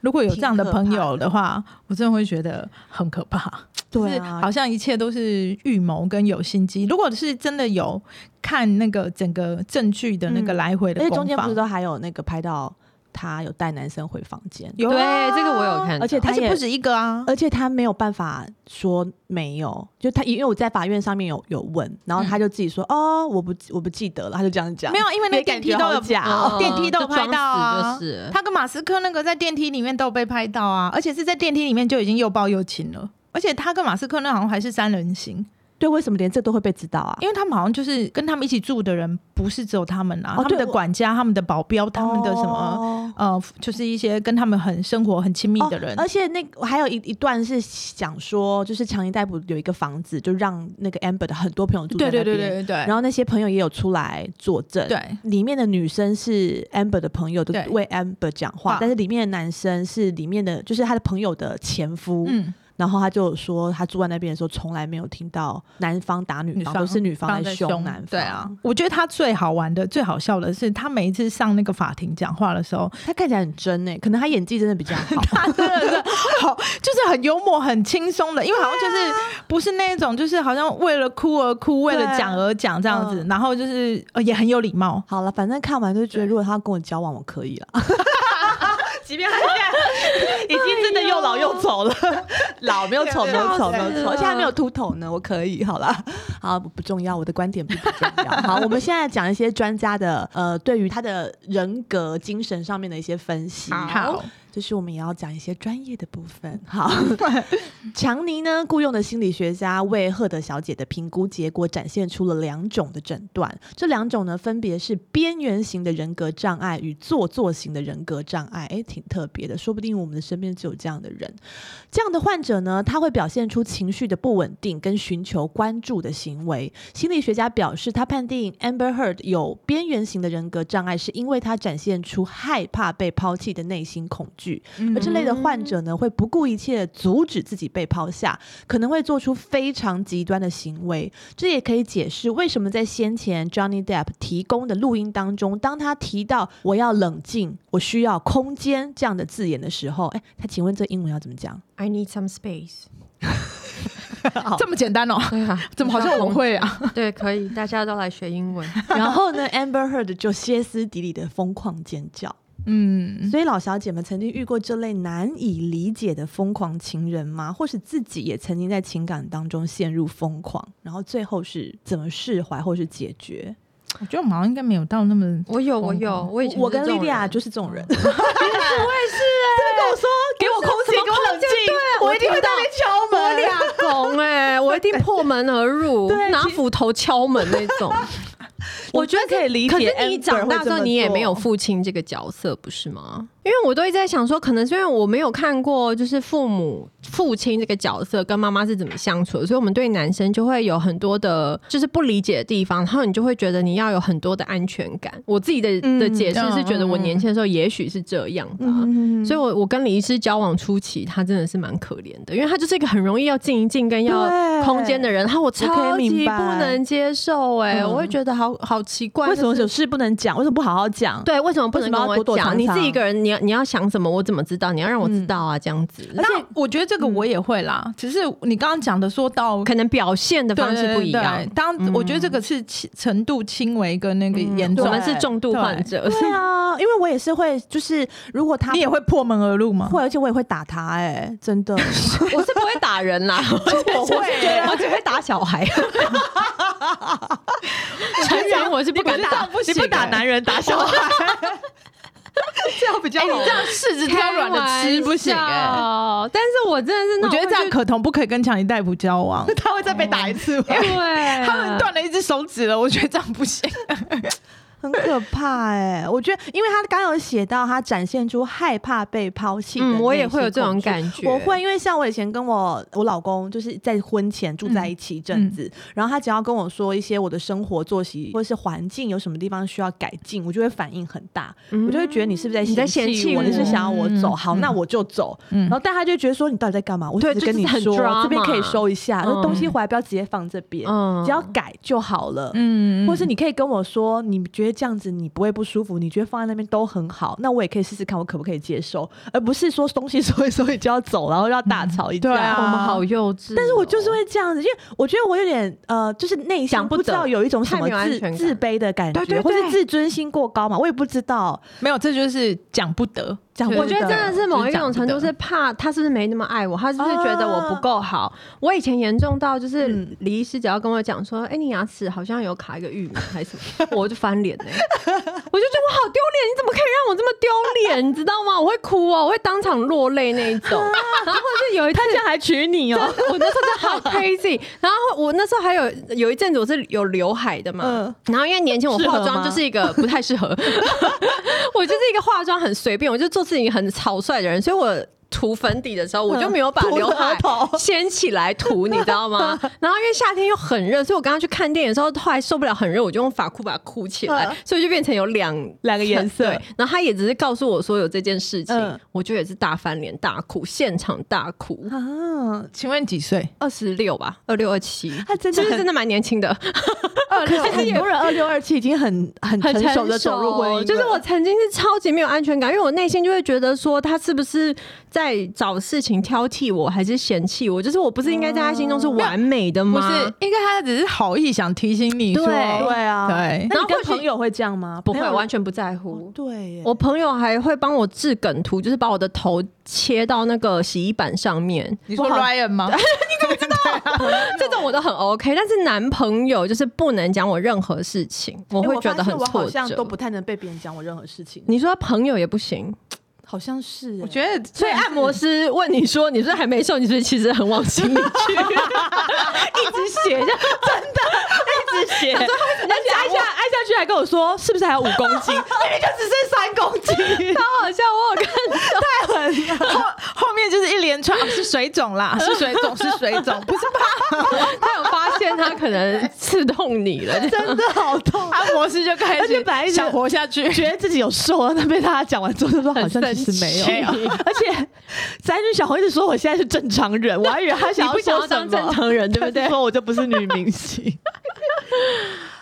Speaker 3: 如果有这样的朋友的话，我真的会觉得很可怕。
Speaker 1: 对
Speaker 3: 就是
Speaker 1: 啊
Speaker 3: 好，像一切都是预谋跟有心机。如果是真的有看那个整个证据的那个
Speaker 1: 嗯
Speaker 3: 来回的
Speaker 1: 而且中
Speaker 3: 攻
Speaker 1: 间
Speaker 3: 防，
Speaker 1: 不是都还有那个拍到他有带男生回房间，
Speaker 3: 有啊
Speaker 2: 对，这个我有看到，
Speaker 1: 而且他
Speaker 3: 而且
Speaker 1: 也
Speaker 3: 不止一个啊，
Speaker 1: 而且他没有办法说没有，就他因为我在法院上面有有问，然后他就自己说、哦，我不我不记得了，他就这样讲。
Speaker 3: 没有，因为那
Speaker 1: 呃也
Speaker 3: 个电
Speaker 1: 感
Speaker 3: 梯
Speaker 1: 觉
Speaker 3: 都
Speaker 1: 好
Speaker 3: 有
Speaker 1: 假
Speaker 2: 嗯
Speaker 1: 哦，
Speaker 3: 电梯都有拍到啊
Speaker 2: 就装死就是
Speaker 3: 他跟马斯克那个在电梯里面都有被拍到啊，而且是在电梯里面就已经又抱又亲了。而且他跟马斯克那好像还是三人行，
Speaker 1: 对，为什么连这都会被知道啊？
Speaker 3: 因为他们好像就是跟他们一起住的人不是只有他们啊，
Speaker 1: 哦
Speaker 3: 他
Speaker 1: 对哦
Speaker 3: 们的
Speaker 1: 我
Speaker 3: 管家、他们的保镖、他们的什么、
Speaker 1: 么
Speaker 3: 呃，就是一些跟他们很生活很亲密的人，
Speaker 1: 哦而且那个还有一一段是讲说，就是强尼逮捕有一个房子，就让那个 Amber 的很多朋友住在那边，
Speaker 3: 对对
Speaker 1: 然后那些朋友也有出来作证，
Speaker 3: 对
Speaker 1: 里面的女生是 Amber 的朋友，都
Speaker 3: 对
Speaker 1: 为 Amber 讲
Speaker 3: 话
Speaker 1: 话，但是里面的男生是里面的，就是他的朋友的前夫，
Speaker 3: 嗯，
Speaker 1: 然后他就说，他住在那边的时候，从来没有听到男方打女
Speaker 3: 女
Speaker 1: 方，
Speaker 3: 方
Speaker 1: 都是女
Speaker 3: 放
Speaker 1: 方
Speaker 3: 在
Speaker 1: 凶男方。
Speaker 3: 对啊，，我觉得他最好玩的、最好笑的是，他每一次上那个法庭讲话的时候，
Speaker 1: 他看起来很真欸诶、可能他演技真的比较好。
Speaker 3: 他 真的是好，就是很幽默、很轻松的，因为好像就是不是那种，就是好像为了哭而哭，为了讲而讲这样子，
Speaker 1: 嗯
Speaker 3: 然后就是呃也很有礼貌。
Speaker 1: 好了，反正看完就觉得，如果他要跟我交往，我可以了。即便他现 在已经真的又老又丑了， 老没有丑，没有丑，没有
Speaker 2: 笑死
Speaker 1: 丑，
Speaker 2: 了
Speaker 1: 而且还没有秃头呢，我可以。好了，好不重要，我的观点并不重 要。好，我们现在讲一些专家的呃，对于他的人格、精神上面的一些分析。
Speaker 2: 好
Speaker 3: 嗯好，
Speaker 1: 就是我们也要讲一些专业的部分。好， 强尼呢雇佣的心理学家为赫德小姐的评估结果展现出了两种的诊断，这两种呢分别是边缘型的人格障碍与做作型的人格障碍。诶，挺特别的，说不定我们的身边就有这样的人。这样的患者呢，他会表现出情绪的不稳定跟寻求关注的行为。心理学家表示，他判定 Amber Heard 有边缘型的人格障碍，是因为他展现出害怕被抛弃的内心恐惧。
Speaker 3: 嗯
Speaker 1: 而这类的患者呢，会不顾一切阻止自己被抛下，可能会做出非常极端的行为。这也可以解释为什么在先前 Johnny Depp 提供的录音当中，当他提到“我要冷静，我需要空间”这样的字眼的时候，哎，他请问这英文要怎么讲？
Speaker 2: I need some space。
Speaker 1: 好
Speaker 3: 这么简单哦、
Speaker 2: 对啊，
Speaker 3: 怎么好像我
Speaker 2: 会？
Speaker 3: 会啊？
Speaker 2: 对，可以，大家都来学英文。
Speaker 1: 然后呢，Amber Heard 就歇斯底里的疯狂尖叫。
Speaker 3: 嗯，
Speaker 1: 所以老小姐们曾经遇过这类难以理解的疯狂情人吗？或是自己也曾经在情感当中陷入疯狂，然后最后是怎么释怀或是解决？
Speaker 3: 我觉得我们好像应该没有到那么
Speaker 2: 我有，我有，
Speaker 3: 疯
Speaker 2: 我以前
Speaker 1: 我跟莉
Speaker 2: 莉
Speaker 1: 莉
Speaker 2: 亚
Speaker 1: 亚就是这种人，
Speaker 2: 跟我说，
Speaker 1: 给我空间，给我冷静，我一定会在那边敲
Speaker 2: 我
Speaker 1: 门。
Speaker 2: 俩拱哎，我一定破门 而入，拿斧头敲门那种。
Speaker 1: 我觉得可以理
Speaker 2: 可是
Speaker 1: 解，
Speaker 2: 你长大之后，你也没有父亲这个角色，不是吗？因因为我都一直在想说，可能是因为我没有看过，就是父母父亲这个角色跟妈妈是怎么相处的，所以我们对男生就会有很多的，就是不理解的地方，然后你就会觉得你要有很多的安全感。我自己的的
Speaker 3: 嗯
Speaker 2: 解释是
Speaker 3: 嗯
Speaker 2: 觉得我
Speaker 3: 嗯
Speaker 2: 年轻的时候也许是这样吧，
Speaker 1: 嗯，
Speaker 2: 所以我我跟李医师交往初期，他真的是蛮可怜的，因为他就是一个很容易要静一静跟要
Speaker 1: 对
Speaker 2: 空间的人，然后我超
Speaker 1: 可以
Speaker 2: 级
Speaker 1: 明白
Speaker 2: 不能接受、哎、
Speaker 1: 嗯
Speaker 2: 我会觉得好好奇怪，
Speaker 1: 为什么
Speaker 2: 就是
Speaker 1: 有事不能讲？为什么不好好讲？
Speaker 2: 对，为什么不能跟
Speaker 1: 为什么要躲躲
Speaker 2: 我
Speaker 1: 藏藏
Speaker 2: 讲？你自己一个人，你要你要想什么，我怎么知道？你要让我知道啊，这样子。
Speaker 1: 嗯
Speaker 2: 而且
Speaker 3: 那嗯我觉得这个我也会啦，只是你刚刚讲的说到
Speaker 2: 可能表现的
Speaker 3: 对
Speaker 2: 方式不一样
Speaker 3: 对。当、我觉得这个是轻程度轻微跟那个严
Speaker 2: 我
Speaker 3: 重，
Speaker 2: 们是重度患者，
Speaker 1: 对啊，因为我也是会，就是如果他
Speaker 3: 你也会破门而入吗？
Speaker 1: 会，而且我也会打他、哎，真的，
Speaker 2: 我是不会打人 啦，我
Speaker 3: 会
Speaker 2: 觉得我只会打小孩。成人我是不敢打，
Speaker 1: 啊
Speaker 3: 你不打男人打小孩，这样比较。哎、你这样柿子挑软的吃不行哎、
Speaker 2: 哦，但是我真的是那
Speaker 3: 我
Speaker 2: 种
Speaker 3: 觉
Speaker 2: 会去，
Speaker 3: 得这样可彤不可以跟强尼戴普交往，
Speaker 1: 他会再被打一 次吗？
Speaker 2: 对，啊
Speaker 3: 他们断了一只手指了，我觉得这样不行。
Speaker 1: 很可怕哎、我觉得，因为他刚刚有写到，他展现出害怕被抛弃的内
Speaker 2: 嗯，
Speaker 1: 心
Speaker 2: 我也会有这种
Speaker 1: 恐惧
Speaker 2: 感觉，
Speaker 1: 我会，因为像我以前跟我我老公就是在婚前住在一起一阵子，
Speaker 2: 嗯
Speaker 1: 然后他只要跟我说一些我的生活作息或是环境有什么地方需要改进，我就会反应很大，
Speaker 2: 嗯
Speaker 1: 我就会觉得你是不是在
Speaker 2: 你在
Speaker 1: 嫌
Speaker 2: 嫌弃
Speaker 1: 我，
Speaker 2: 我
Speaker 1: 你是想要我走，
Speaker 3: 嗯
Speaker 1: 好，那我就走。
Speaker 3: 嗯
Speaker 1: 然后但他就觉得说你到底在干嘛？我只
Speaker 2: 对
Speaker 1: 是跟你
Speaker 2: 就是很
Speaker 1: 说
Speaker 2: drama
Speaker 1: 这边可以收一下，
Speaker 2: 嗯
Speaker 1: 那东西回来不要直接放这边，
Speaker 2: 嗯
Speaker 1: 只要改就好了。
Speaker 3: 嗯
Speaker 1: 或是你可以跟我说，你觉得这样子你不会不舒服，你觉得放在那边都很好，那我也可以试试看，我可不可以接受，而不是说东西收一收你就要走，然后要大吵一架。
Speaker 3: 对啊
Speaker 2: 我们好幼稚哦，
Speaker 1: 但是我就是会这样子，因为我觉得我有点呃，就是内心
Speaker 2: 想不
Speaker 1: 不知道
Speaker 2: 得
Speaker 1: 有一种什
Speaker 2: 太
Speaker 1: 么
Speaker 2: 没有安
Speaker 1: 自
Speaker 2: 全感
Speaker 1: 自卑的感觉，
Speaker 2: 对对
Speaker 1: 或是
Speaker 2: 对
Speaker 1: 自尊心过高嘛，我也不知道。
Speaker 3: 没有，这就是讲不得。
Speaker 1: 讲
Speaker 2: 我觉得真的是某一种程度
Speaker 3: 就是
Speaker 2: 是怕他是不是没那么爱我，他是不是觉得我不够好？我以前严重到就是
Speaker 1: 嗯
Speaker 2: 李医师只要跟我讲说，哎、你牙齿好像有卡一个玉米还是什么，我就翻脸呢、我就觉得我好丢脸，你怎么可以让我这么丢脸？你知道吗？我会哭哦，我会当场落泪那一 种。然后或者是有一次
Speaker 1: 他。这样还娶你哦、
Speaker 2: 我那时 候真的好 crazy，然后我那时候还有有一阵子我是有刘海的嘛，
Speaker 1: 嗯
Speaker 2: 然后因为年轻我
Speaker 1: 适合
Speaker 2: 化
Speaker 1: 吗
Speaker 2: 妆就是一个不太适合， 我就是一个化妆很随便，我就做事情很草率的人，所以我。涂粉底的时候，我就没有把
Speaker 1: 涂
Speaker 2: 刘
Speaker 1: 额
Speaker 2: 海
Speaker 1: 头
Speaker 2: 掀起来涂，你知道 吗？然后因为夏天又很热，所以我刚刚去看电影的时候，后来受不了很热，我就用发箍把它箍起来
Speaker 1: 嗯，
Speaker 2: 所以就变成有两
Speaker 1: 两个颜色
Speaker 2: 对然后他也只是告诉我说有这件事
Speaker 1: 嗯
Speaker 2: 情，我就也是大翻脸大哭，现场大哭。
Speaker 1: 啊，
Speaker 3: 请问几岁？
Speaker 2: 二十六吧，二六二七，
Speaker 1: 他真的
Speaker 2: 就是
Speaker 1: 很
Speaker 2: 真的蛮年轻的，哎
Speaker 1: 可是 很多人二六二七已经很很
Speaker 2: 很
Speaker 1: 成熟的
Speaker 2: 成
Speaker 1: 走入婚姻了，
Speaker 2: 就是我曾经是超级没有安全感，因为我内心就会觉得说他是不是在找事情挑剔我，还是嫌弃我？就是我不是应该在他心中是完美的
Speaker 3: 不
Speaker 2: 吗？
Speaker 3: 是，应该他只是好意想提醒你说，
Speaker 2: 对
Speaker 1: 对啊，
Speaker 3: 对
Speaker 1: 那你
Speaker 2: 然后
Speaker 1: 跟
Speaker 2: 或许
Speaker 1: 朋友会这样吗？
Speaker 2: 不
Speaker 1: 朋
Speaker 2: 会，
Speaker 1: 友哦
Speaker 2: 完全不在乎。
Speaker 1: 对耶，
Speaker 2: 我朋友还会帮我治梗图，就是把我的头切到那个洗衣板 上面，
Speaker 3: 你说
Speaker 1: 不好
Speaker 3: Ryan 吗？
Speaker 2: 这种我都很 OK。但是男朋友就是不能讲我任何事情，我
Speaker 1: 哎
Speaker 2: 会觉得很
Speaker 1: 发现我好
Speaker 2: 挫
Speaker 1: 像都不
Speaker 2: 折。
Speaker 1: 太能被别人讲我任何事情，
Speaker 2: 你说朋友也不行，
Speaker 1: 好像是耶、
Speaker 3: 我觉得，
Speaker 2: 所以按摩师问你说你是不是还没瘦，你是不是其实很往心里去，一直写，就真的一直写，
Speaker 1: 而且按下按下去还跟我说是不是还有五公斤，明明就只剩三公斤，
Speaker 2: 超 好笑。我有看，
Speaker 1: 太狠了。
Speaker 3: 后后面就是一连串、哦是水 肿啦，是水肿，是水肿，不是
Speaker 2: 他有发现他可能刺痛你了，
Speaker 1: 真的好痛，
Speaker 3: 按摩师就开
Speaker 1: 而且
Speaker 3: 始
Speaker 1: 本来一直
Speaker 3: 想活下去，
Speaker 1: 觉得自己有瘦，然后被大家讲完之后，就说好像
Speaker 2: 很
Speaker 1: 其
Speaker 2: 生
Speaker 1: 实没
Speaker 2: 气
Speaker 1: 有。 而且宅女小红一直说我现在是正常人，我还以为她想
Speaker 2: 你
Speaker 1: 要
Speaker 2: 不想
Speaker 1: 说
Speaker 2: 要
Speaker 1: 什
Speaker 2: 当正
Speaker 1: 么，
Speaker 2: 常人，
Speaker 1: 对
Speaker 2: 对不
Speaker 1: 不
Speaker 2: 对
Speaker 1: 对？？说我就不是女明 星。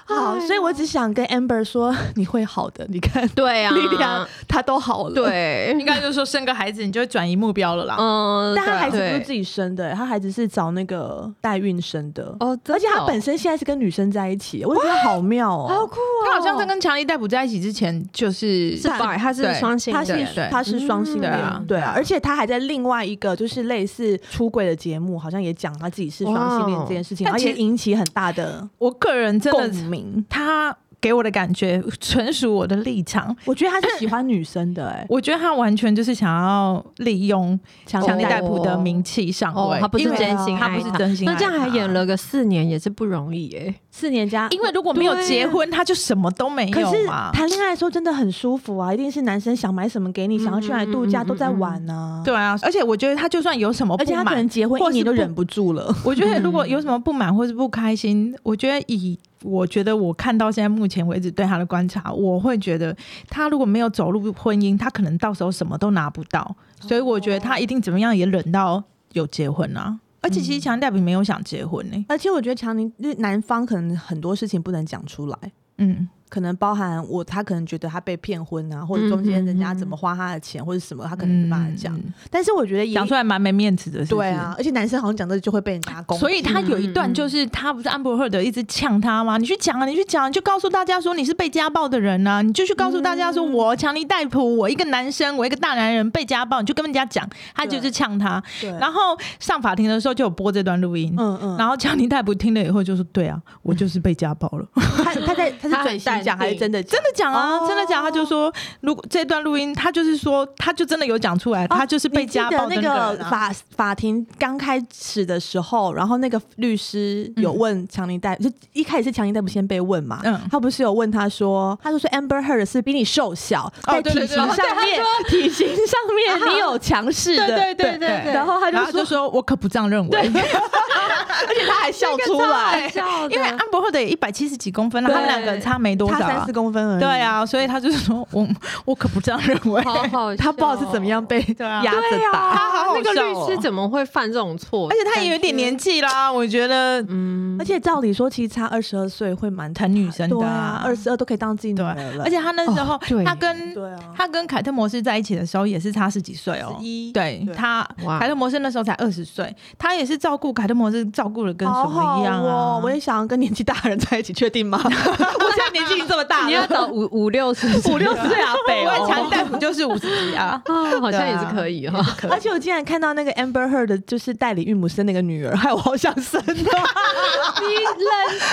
Speaker 1: 好，所以我只想跟 Amber 说，你会好的。你看，
Speaker 2: 对 啊，
Speaker 1: 力量她都好了，，
Speaker 2: 对
Speaker 3: 应，该就是说生个孩子你就会转移目标了啦。
Speaker 2: 嗯，
Speaker 1: 但她孩子不是
Speaker 2: 对
Speaker 1: 自己生的、她孩子是找那个代孕生的。
Speaker 2: 哦，真的哦
Speaker 1: 而且她本身现在是跟女生在一起，我觉得好妙
Speaker 2: 好
Speaker 1: 哦。
Speaker 2: 酷哦，
Speaker 3: 他好像在跟强力逮捕在一起之前，就是
Speaker 2: 是吧？他是
Speaker 3: 对
Speaker 2: 双性
Speaker 1: 她
Speaker 2: 恋
Speaker 1: 是
Speaker 3: 对对
Speaker 1: 她是双性恋
Speaker 3: 对啊，
Speaker 1: 对啊，而且她还在另外一个就是类似出柜的节目，好像也讲她自己是双性恋这件事情，而
Speaker 3: 哇但其
Speaker 1: 且
Speaker 3: 实
Speaker 1: 引起很大的
Speaker 3: 我个人真
Speaker 1: 共
Speaker 3: 的，
Speaker 1: 鸣。
Speaker 3: 他给我的感觉纯属我的立场。
Speaker 1: 我觉得他是喜欢女生的、哎，
Speaker 3: 我觉得他完全就是想要利用
Speaker 1: 强
Speaker 3: 强
Speaker 2: 力
Speaker 3: 力
Speaker 2: 逮
Speaker 3: 逮
Speaker 2: 捕
Speaker 3: 捕的名气上位，
Speaker 2: 哦，他不是
Speaker 3: 因为
Speaker 2: 真心
Speaker 3: 他
Speaker 2: 爱
Speaker 3: 不是真心爱
Speaker 2: 那
Speaker 3: 他，
Speaker 2: 这样还演了个四年也是不容易耶、
Speaker 1: 四年加，
Speaker 3: 因为如果没有
Speaker 2: 对啊
Speaker 3: 结婚，他就什么都没
Speaker 1: 可是
Speaker 3: 有啊嘛。
Speaker 1: 谈恋爱的时候真的很舒服啊，一定是男生想买什么给你，想要去哪里度假
Speaker 2: 嗯嗯嗯
Speaker 1: 都在玩呢、啊。
Speaker 3: 对啊，而且我觉得他就算有什么
Speaker 1: 而
Speaker 3: 不
Speaker 1: 且他可
Speaker 3: 满
Speaker 1: 能，结婚
Speaker 3: 或
Speaker 1: 一
Speaker 3: 是
Speaker 1: 年都
Speaker 3: 不
Speaker 1: 忍不住了。
Speaker 3: 我觉得如果有什么不满或是不开心，我觉得以我觉得我看到现在目前为止对他的观察，我会觉得他如果没有走入婚姻，他可能到时候什么都拿不到，所以我觉得他一定怎么样也忍到有结婚啊。而且其实强代表没有想结婚呢、
Speaker 1: 而且我觉得强尼就是男方可能很多事情不能讲出来，
Speaker 3: 嗯，
Speaker 1: 可能包含我他可能觉得他被骗婚啊，或者中间人家怎么花他的钱或者什么，他可能没办法讲。
Speaker 3: 嗯
Speaker 1: 但是我觉得也
Speaker 3: 讲出来蛮没面子的，是不
Speaker 1: 对
Speaker 3: 是
Speaker 1: 啊，。而且男生好像讲这就会被人家攻击，
Speaker 3: 所以他有
Speaker 1: 嗯
Speaker 3: 一段就是他不是安博赫德一直呛他吗？你去讲啊，你去讲，你就告诉大家说你是被家暴的人啊，你就去告诉大家
Speaker 1: 嗯
Speaker 3: 说我强力逮捕，我一个男生，我一个大男人被家暴，你就跟人家讲，他就是呛他。
Speaker 1: 对
Speaker 3: 然后上法庭的时候就有播这段录音，
Speaker 1: 嗯嗯，
Speaker 3: 然后强力逮捕听了以后就说：“对啊，我就是被家暴了。
Speaker 1: 他他在他
Speaker 2: 他
Speaker 1: 是转
Speaker 2: 很
Speaker 1: 型
Speaker 2: 淡
Speaker 1: 讲还是
Speaker 2: 定
Speaker 1: 真的
Speaker 3: 真的讲啊，
Speaker 1: 哦
Speaker 3: 真的讲，他就说，如果这段录音，他就是说，他就真的有讲出来，他就是被家暴
Speaker 1: 哦你
Speaker 3: 的
Speaker 1: 记
Speaker 3: 人啊
Speaker 1: 得那个法法庭刚开始的时候，然后那个律师有问强尼戴，就一开始是强尼戴不先被问嘛，
Speaker 3: 嗯
Speaker 1: 他不是有问他说，他就说 Amber Heard 是比你瘦小，在
Speaker 3: 哦对
Speaker 1: 体
Speaker 3: 对
Speaker 1: 型
Speaker 3: 对
Speaker 1: 上 面，体型上面你有强势 的，
Speaker 3: 对对对对对
Speaker 1: 然后他
Speaker 3: 然后
Speaker 1: 就
Speaker 3: 就
Speaker 1: 说，
Speaker 3: 说我可不这样认 为。
Speaker 1: 而且他还笑出来，
Speaker 2: 笑的，
Speaker 3: 因为安博赫德也一百七十几公分了，
Speaker 1: 啊对
Speaker 3: 他们两个差没多
Speaker 1: 他
Speaker 3: 少、
Speaker 1: 三
Speaker 3: 啊
Speaker 1: 四。公分而已，
Speaker 3: 对，啊，所以他就是说我我可不这样认为。
Speaker 2: 好好笑哦，
Speaker 1: 他不知道是怎么样被
Speaker 3: 对啊
Speaker 1: 压着
Speaker 2: 对
Speaker 1: 打，
Speaker 2: 啊，
Speaker 3: 他好好
Speaker 2: 那个
Speaker 3: 笑
Speaker 2: 律
Speaker 3: 哦
Speaker 2: 师怎么会犯这种错？
Speaker 3: 而且 他也有点年纪啦，我觉得
Speaker 2: 嗯
Speaker 1: 而且照理说，其实差二十二岁会蛮
Speaker 3: 疼女生的
Speaker 1: 对
Speaker 3: 啊
Speaker 1: 啊，二十二都可以当自己女
Speaker 3: 对
Speaker 1: 儿
Speaker 3: 啊
Speaker 1: 了，
Speaker 3: 而且他那时候、
Speaker 2: 哦对
Speaker 3: 他跟
Speaker 1: 对啊，
Speaker 3: 他跟凯特摩斯在一起的时候也是差十几岁哦。
Speaker 1: 一
Speaker 3: 对
Speaker 1: 对
Speaker 3: 他
Speaker 2: 哇，
Speaker 3: 凯特摩斯那时候才二十岁，他也是照顾凯特摩斯照顾的跟什么一样啊？
Speaker 1: 好好哦我也想要跟年纪大的人在一起，确定吗？我 现在年纪已经这么大
Speaker 2: 你要
Speaker 1: 了，
Speaker 2: 找五五六十五。
Speaker 1: 五六十岁阿北
Speaker 3: 我也
Speaker 1: 哦。
Speaker 3: 强大夫就是五十几啊
Speaker 2: 啊，好像也是可以哈。
Speaker 1: 而且我竟然看到那个 Amber Heard 的就是代理孕母生那个女儿，害我好想生 啊！
Speaker 2: 你认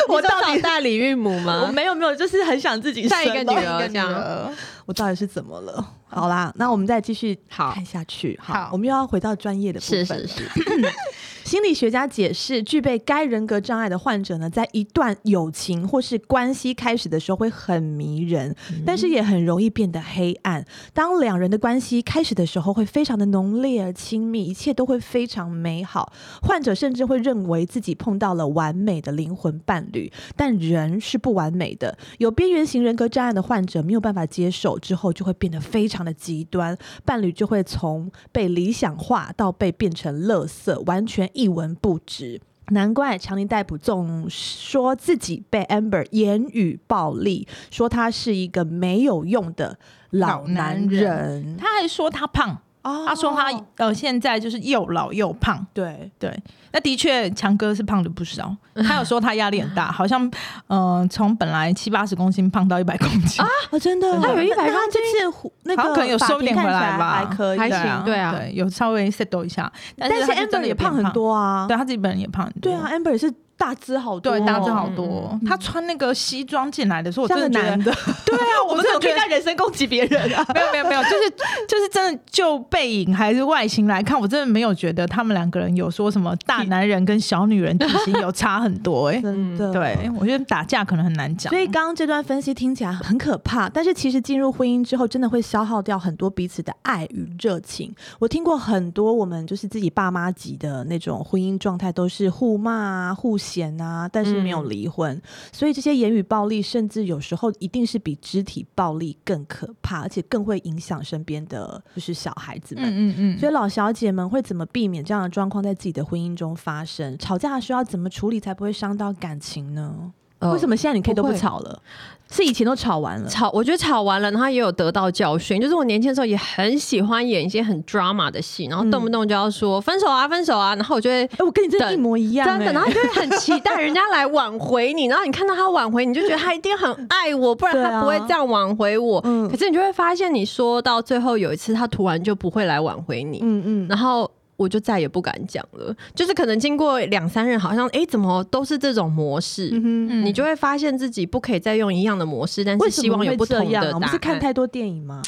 Speaker 1: 我
Speaker 2: 你
Speaker 1: 到
Speaker 2: 说
Speaker 1: 底
Speaker 2: 找代理孕母
Speaker 1: 我
Speaker 2: 吗？
Speaker 1: 没有没有，就是很想自己生
Speaker 2: 带啊一个女儿
Speaker 1: 一个
Speaker 2: 这样
Speaker 1: 我到底是怎么了？好啦，那我们再继续
Speaker 2: 好
Speaker 1: 看下去。
Speaker 3: 好
Speaker 1: 我们又要回到专业的部分
Speaker 2: 是
Speaker 1: 了。
Speaker 2: 是是，
Speaker 1: 心理学家解释，具备该人格障碍的患者呢，在一段友情或是关系开始的时候会很迷人，
Speaker 2: 嗯
Speaker 1: 但是也很容易变得黑暗。当两人的关系开始的时候，会非常的浓烈而亲密，一切都会非常美好。患者甚至会认为自己碰到了完美的灵魂伴侣，但人是不完美的。有边缘型人格障碍的患者没有办法接受，之后就会变得非常的极端，伴侣就会从被理想化到被变成垃圾，完全一文不值。难怪强尼戴普总说自己被 Amber 言语暴力，说他是一个没有用的老男人。
Speaker 3: 他还说他胖，
Speaker 1: 哦
Speaker 3: 他说他呃现在就是又老又胖。
Speaker 1: 对，
Speaker 3: 对，那的确，强哥是胖了 不少。他有说他压力很大，好像嗯，从、本来七八十公斤胖到一百公斤啊，
Speaker 1: 哦，真的，
Speaker 2: 他有100
Speaker 1: 那
Speaker 2: 公
Speaker 1: 这次那个
Speaker 3: 好像可能有
Speaker 1: 法庭
Speaker 3: 收敛
Speaker 1: 看起
Speaker 3: 回来
Speaker 1: 来
Speaker 3: 吧
Speaker 1: 还可以，
Speaker 2: 还
Speaker 3: 对
Speaker 2: 行
Speaker 3: 啊，
Speaker 2: 对啊
Speaker 3: 对，有稍微 settle 一下，但
Speaker 1: 但是
Speaker 3: 他
Speaker 1: Amber
Speaker 3: 真的
Speaker 1: 也
Speaker 3: 变
Speaker 1: 胖很，多啊，
Speaker 3: 对他自己本人也胖很多，
Speaker 1: 对啊，Amber 也是大只好多哦，
Speaker 3: 对，大致好
Speaker 2: 嗯
Speaker 3: 多。
Speaker 2: 嗯
Speaker 3: 他穿那个西装进来的时候，我
Speaker 1: 像
Speaker 3: 真
Speaker 1: 个
Speaker 3: 的觉得
Speaker 1: 男，的，
Speaker 3: 对啊，我
Speaker 1: 我们
Speaker 3: 们真
Speaker 1: 怎么可
Speaker 3: 的觉
Speaker 1: 以
Speaker 3: 得
Speaker 1: 在人身攻击别人啊？
Speaker 3: 没有没有没有，就是就是真的就背影还是外形来看，我真的没有觉得他们两个人有说什么大男人跟小女人体型有差很多哎、欸
Speaker 1: 真的，
Speaker 3: 对，我觉得打架可能很难讲
Speaker 1: 所。以刚刚这段分析听起来很可怕，但是其实进入婚姻之后，真的会消耗掉很多彼此的爱与热情。我听过很多我们就是自己爸妈级的那种婚姻状态，都是互骂啊、互嫌啊，但是没有离
Speaker 3: 嗯
Speaker 1: 婚。所以这些言语暴力，甚至有时候一定是比肢体暴力更可怕，而且更会影响身边的就是小孩子们。
Speaker 3: 嗯嗯
Speaker 1: 所以老小姐们会怎么避免这样的状况在自己的婚姻中发生？吵架的时候要怎么处理才不会伤到感情呢？为什
Speaker 2: 么
Speaker 1: 么现在你可以都嗯不
Speaker 2: 不会
Speaker 1: 吵了？是以前都吵完了？
Speaker 2: 吵？我觉得吵完了，然后也有得到教训。就是我年轻的时候也很喜欢演一些很 drama 的戏，然后动不动就要说分手啊，分手啊，然后我就会
Speaker 1: 哎、我跟你真的一模一样、
Speaker 2: 真的，
Speaker 1: 哎
Speaker 2: 然后你就会很期待人家来挽回你，然后你看到他挽回，你就觉得他一定很爱我，不然
Speaker 1: 对
Speaker 2: 他
Speaker 1: 啊
Speaker 2: 不会这样挽回我。
Speaker 1: 嗯
Speaker 2: 可是你就会发现，你说到最后有一次，他突然就不会来挽回你，
Speaker 1: 嗯嗯，
Speaker 2: 然后我就再也不敢讲了。就是可能经过两三任，好像哎、诶怎么都是这种模式，
Speaker 3: 嗯
Speaker 2: 你就会发现自己不可以再用一样的模式，但是
Speaker 1: 为什
Speaker 2: 希
Speaker 1: 么
Speaker 2: 望有
Speaker 1: 会
Speaker 2: 不
Speaker 1: 这
Speaker 2: 同
Speaker 1: 样
Speaker 2: 的
Speaker 1: 啊我
Speaker 2: 答
Speaker 1: 们是看
Speaker 2: 案
Speaker 1: 太嗯多电影吗？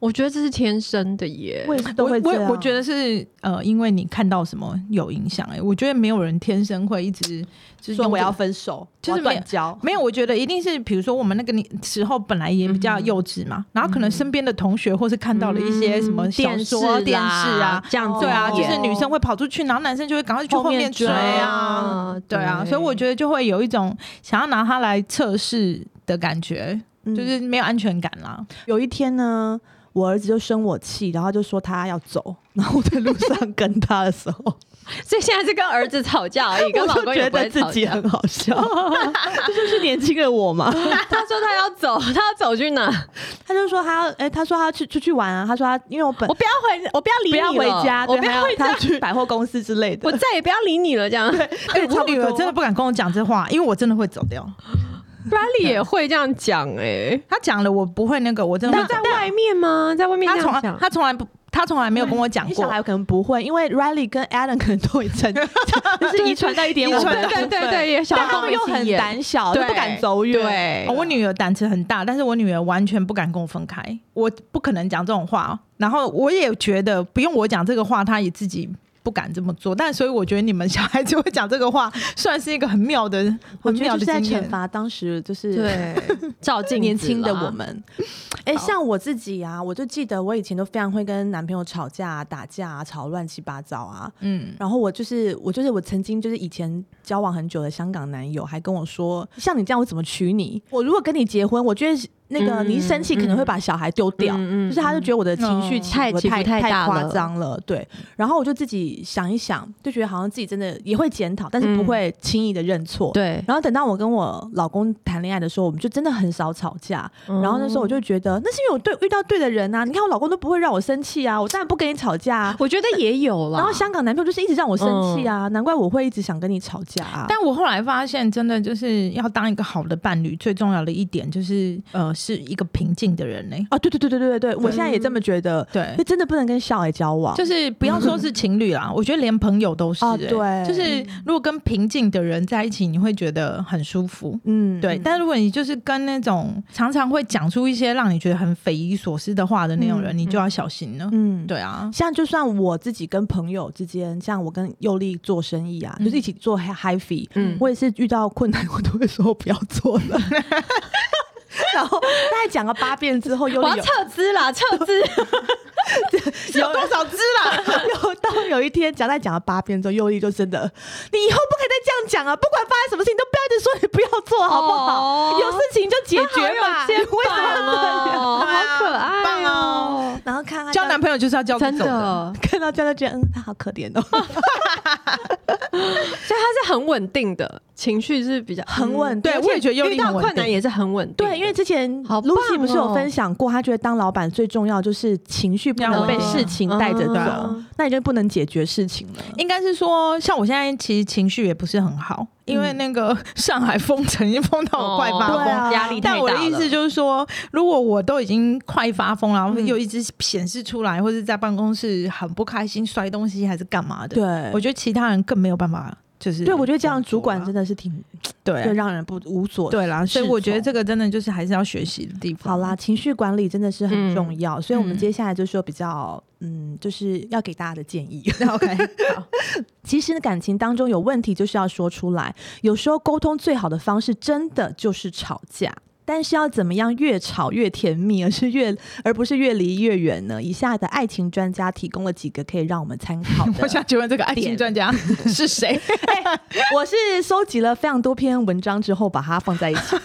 Speaker 2: 我觉得这是天生的耶。
Speaker 1: 为什么都
Speaker 3: 我
Speaker 1: 会这样？
Speaker 3: 我我觉得是呃，因为你看到什么有影响哎、我觉得没有人天生会一直就是
Speaker 4: 说
Speaker 3: 用
Speaker 4: 我
Speaker 3: 这
Speaker 4: 要
Speaker 3: 个
Speaker 4: 分手，
Speaker 3: 就是
Speaker 4: 我要
Speaker 3: 没有
Speaker 4: 断交，
Speaker 3: 没有，我觉得一定是，比如说我们那个年时候本来也比较幼稚嘛，然后可能身边的同学或是看到了一些什么小说
Speaker 2: 嗯电
Speaker 3: 啊、
Speaker 2: 哦
Speaker 3: 电
Speaker 2: 啦
Speaker 3: 视啊，
Speaker 2: 这样子
Speaker 3: 对啊，
Speaker 2: 演
Speaker 3: 就是女生会跑出去，然后男生就会赶快去后面追
Speaker 4: 后面追
Speaker 3: 啊
Speaker 2: 啊，
Speaker 3: 对啊，
Speaker 2: 对
Speaker 3: 所以我觉得就会有一种想要拿它来测试的感觉，
Speaker 1: 嗯
Speaker 3: 就是没有安全感啦。
Speaker 1: 有一天呢，我儿子就生我气，然后就说他要走， 然后我在路上跟他的时候，
Speaker 2: 所以现在是跟儿子吵架而已，跟老
Speaker 1: 我就
Speaker 2: 公也
Speaker 1: 觉
Speaker 2: 不会
Speaker 1: 得自
Speaker 2: 吵
Speaker 1: 己
Speaker 2: 架。
Speaker 1: 很好 笑，这就是年轻的我 嘛。
Speaker 2: 他说他要走，他要走去哪？
Speaker 1: 他就说他要，哎、他说他要去出去玩啊，他说他 因为我本
Speaker 2: 我不要回，我不要理
Speaker 1: 不
Speaker 2: 你
Speaker 1: 要回
Speaker 2: 了
Speaker 1: 家，
Speaker 2: 我
Speaker 1: 对，
Speaker 2: 不要
Speaker 1: 还
Speaker 2: 回
Speaker 1: 要他
Speaker 2: 家，
Speaker 1: 去百货公司之类的
Speaker 2: 我。再也不要理你了。这样
Speaker 3: 哎、我女儿真的不敢跟我讲这话，因为我真的会走掉。
Speaker 2: ，Bradley 也会这样讲哎。
Speaker 3: 她讲了，我不会那个，我真的会走
Speaker 2: 在。外面吗？在外面
Speaker 3: 她
Speaker 2: 这
Speaker 3: 从
Speaker 2: 样
Speaker 3: 来
Speaker 2: 讲，
Speaker 3: 她从来不，她从来没有跟我讲
Speaker 1: 你
Speaker 3: 过
Speaker 1: 小。孩可能不会，因为 Riley 跟 Adam 可能都会成， 就是遗传到一点
Speaker 3: 遗
Speaker 1: 我
Speaker 3: 传
Speaker 1: 们
Speaker 3: 到
Speaker 1: 的
Speaker 2: 对
Speaker 1: 部
Speaker 2: 对
Speaker 1: 分。
Speaker 2: 对，也小
Speaker 1: 但
Speaker 2: 孩
Speaker 1: 他们又很胆小，就
Speaker 2: 对
Speaker 1: 不敢走远。
Speaker 2: 对
Speaker 3: 哦，我女儿胆子很大，但是我女儿完全不敢跟我分开，我不可能讲这种话。然后我也觉得不用我讲这个话，她也自己不敢这么做。但所以我觉得你们小孩子会讲这个话，算是一个很妙的、
Speaker 1: 我
Speaker 3: 很
Speaker 1: 觉得
Speaker 3: 妙
Speaker 1: 就
Speaker 3: 的
Speaker 1: 是在
Speaker 3: 经
Speaker 1: 惩
Speaker 3: 验。
Speaker 1: 罚当时就是
Speaker 2: 对，照镜子
Speaker 1: 年轻的
Speaker 2: 啦
Speaker 1: 我，们。哎、像我自己啊，我就记得我以前都非常会跟男朋友吵架、啊、打架、啊、吵乱七八糟啊。
Speaker 3: 嗯，
Speaker 1: 然后我就是我就是我曾经就是以前交往很久的香港男友还跟我说，像你这样我怎么娶你？我如果跟你结婚，我觉得那个
Speaker 2: 嗯
Speaker 1: 你一生气可能会把小孩丢掉，
Speaker 2: 嗯嗯哦
Speaker 1: 就是他就觉得我的情绪
Speaker 3: 嗯
Speaker 1: 起
Speaker 2: 太
Speaker 1: 伏
Speaker 2: 起伏
Speaker 1: 太
Speaker 2: 太大
Speaker 1: 夸
Speaker 2: 了
Speaker 1: 张了，对。然后我就自己想一想，就觉得好像自己真的也会检讨，但是不
Speaker 2: 嗯
Speaker 1: 会轻易的认错。
Speaker 2: 对，
Speaker 1: 然后等到我跟我老公谈恋爱的时候，我们就真的很少吵架。
Speaker 2: 哦
Speaker 1: 然后那时候我就觉得，那是因为我对遇到对的人啊。你看我老公都不会让我生气啊，我当然不跟你吵架啊。
Speaker 2: 我觉得也有啦。
Speaker 1: 然后香港男朋友就是一直让我生气啊，难怪我会一直想跟你吵架啊。
Speaker 3: 嗯但我后来发现，真的就是要当一个好的伴侣，最重要的一点就是，呃，是一个平静的人呢、
Speaker 1: 啊，对对对对对对，我现在也这么觉得，
Speaker 3: 对
Speaker 1: 就，真的不能跟小孩交往。
Speaker 3: 就是不要说是情侣啦，我觉得连朋友都是、
Speaker 1: 嗯啊
Speaker 3: 欸
Speaker 1: 对
Speaker 3: 就是如果跟平静的人在一起，你会觉得很舒服。
Speaker 1: 嗯
Speaker 3: 对，
Speaker 1: 嗯
Speaker 3: 但如果你就是跟那种常常会讲出一些让你觉得很匪夷所思的话的那种人，
Speaker 1: 嗯
Speaker 3: 你就要小心了。
Speaker 1: 嗯。
Speaker 3: 对啊，
Speaker 1: 像就算我自己跟朋友之间，像我跟佑丽做生意啊，
Speaker 3: 嗯
Speaker 1: 就是一起做 hi fi，
Speaker 2: 嗯
Speaker 1: 我也是遇到困难，我 都会说不要做了。 然后大概讲了八遍之后，又
Speaker 2: 我
Speaker 1: 有
Speaker 2: 要撤资啦，撤 资。
Speaker 1: 有多少只啦？ 有到有一天讲再讲了八遍之后，佑力就真的，你以后不可以再这样讲啊！不管发生什么事情，都不要一直说你不要做，好不好？
Speaker 2: 哦
Speaker 1: 有事情就解决吧。
Speaker 2: 好有
Speaker 1: 你
Speaker 2: 肩
Speaker 1: 为什么
Speaker 2: 膀
Speaker 1: 啊
Speaker 2: 哦，好可爱
Speaker 3: 棒哦
Speaker 2: 哦，
Speaker 1: 然后看他
Speaker 3: 交男朋友就是要交这
Speaker 2: 真
Speaker 3: 种的，
Speaker 2: 的，
Speaker 1: 看到这样就觉得，嗯，他好可怜哦，
Speaker 2: 所以他是很稳定的情绪是比较嗯
Speaker 1: 很稳定
Speaker 3: 对
Speaker 2: 而且
Speaker 3: 我也觉得尤里
Speaker 2: 遇到
Speaker 3: 很稳
Speaker 2: 困难
Speaker 3: 定
Speaker 2: 也是很稳定的，
Speaker 1: 对，因为之前
Speaker 2: 好棒
Speaker 1: Lucy 不是有
Speaker 2: 哦
Speaker 1: 分享过，她觉得当老板最重要就是情绪不能被
Speaker 3: 要稳定
Speaker 1: 事情带着
Speaker 2: 嗯
Speaker 1: 走，那你就不能解决事情了。
Speaker 3: 应该是说，像我现在其实情绪也不是很好，因为那个 上海封城已经封到我快
Speaker 1: 嗯
Speaker 3: 发
Speaker 1: 哦
Speaker 3: 疯
Speaker 1: 对啊
Speaker 2: 压力太
Speaker 3: 但
Speaker 2: 大
Speaker 3: 我的意思
Speaker 2: 是，
Speaker 3: 就是说，如果我都已经快发
Speaker 1: 嗯
Speaker 3: 疯了，然后又一直显示出来，或者在办公室很不开心、摔东西还是干嘛的，
Speaker 1: 对，
Speaker 3: 我觉得其他人更没有办法，就是
Speaker 1: 对我觉得这样主管
Speaker 3: 工
Speaker 1: 真
Speaker 3: 作
Speaker 1: 的是挺
Speaker 3: 啦
Speaker 1: 就
Speaker 3: 对
Speaker 1: 让人不无所
Speaker 3: 对啦，所以
Speaker 1: 是
Speaker 3: 我觉得
Speaker 1: 否
Speaker 3: 这个真的就是还是要学习的地方。
Speaker 1: 好啦，情绪管理真的是很重要，所以我们
Speaker 3: 嗯
Speaker 1: 接下来就说比较，嗯，就是要给大家的建议。
Speaker 3: ，OK，
Speaker 1: 其实呢感情当中有问题就是要说出来，有时候沟通最好的方式真的就是吵架。但是要怎么样越吵越甜蜜，而是越而不是越离越远呢？以下的爱情专家提供了几个可以让我们参考的。
Speaker 3: 我想哎请问这个爱情专家是谁？
Speaker 1: 我是收集了非常多篇文章之后，把它放在一 起，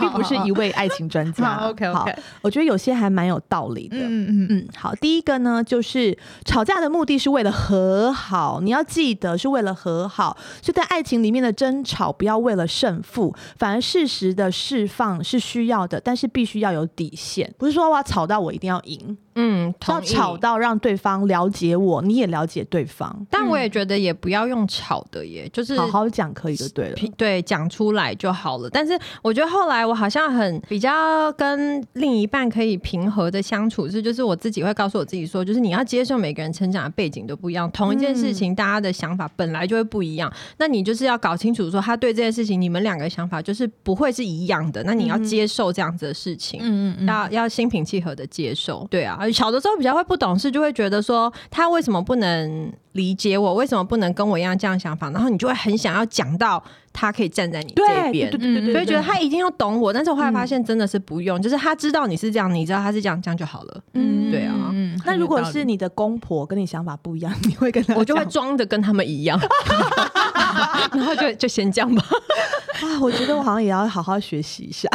Speaker 1: 并不是一位爱情专家。
Speaker 3: 好
Speaker 1: 好
Speaker 3: ，OK，OK，
Speaker 1: 我觉得有些还蛮有道理的。
Speaker 3: 嗯嗯嗯，
Speaker 1: 嗯，好，第一个呢，就是吵架的目的是为了和好，你要记得是为了和好，所以在爱情里面的争吵不要为了胜负，反而适时的释放是需要的，但是必须要有底线，不是说哇吵到我一定要赢，
Speaker 2: 嗯，
Speaker 1: 要
Speaker 2: 同意
Speaker 1: 吵到让对方了解我，你也了解对方，
Speaker 2: 但我也觉得也不要用吵的耶，就是
Speaker 1: 好好讲可以就对了。
Speaker 2: 批对讲出来就好了。但是我觉得后来我好像很比较跟另一半可以平和的相处，是就是我自己会告诉我自己说，就是你要接受每个人成长的背景都不一样，同一件事情大家的想法本来就会不一样，那你就是要搞清楚说他对这件事情你们两个想法就是不会是一样的，那你要接受这样子的事情。
Speaker 3: 嗯嗯嗯，
Speaker 2: 要要心平气和的接受，对啊，小的时候比较会不懂事，就会觉得说他为什么不能理解我，为什么不能跟我一样这样想法，然后你就会很想要讲到他可以站在你这
Speaker 1: 对
Speaker 2: 边
Speaker 1: 对对，对对，
Speaker 3: 嗯
Speaker 2: 所以觉得
Speaker 1: 对嗯
Speaker 2: 他一定要懂我，但是我后来发现真的是不用，就是他知道你是这样，你知道他是这样，这样就好 了，
Speaker 1: 嗯
Speaker 2: 对啊
Speaker 3: 嗯
Speaker 1: 那如果是你的公婆跟你想法不一样，你会跟他
Speaker 2: 我就会
Speaker 1: 讲
Speaker 2: 装的跟他们 一样，然后就就先这样吧。
Speaker 1: 啊，我觉得我好像也要好好学习 一下。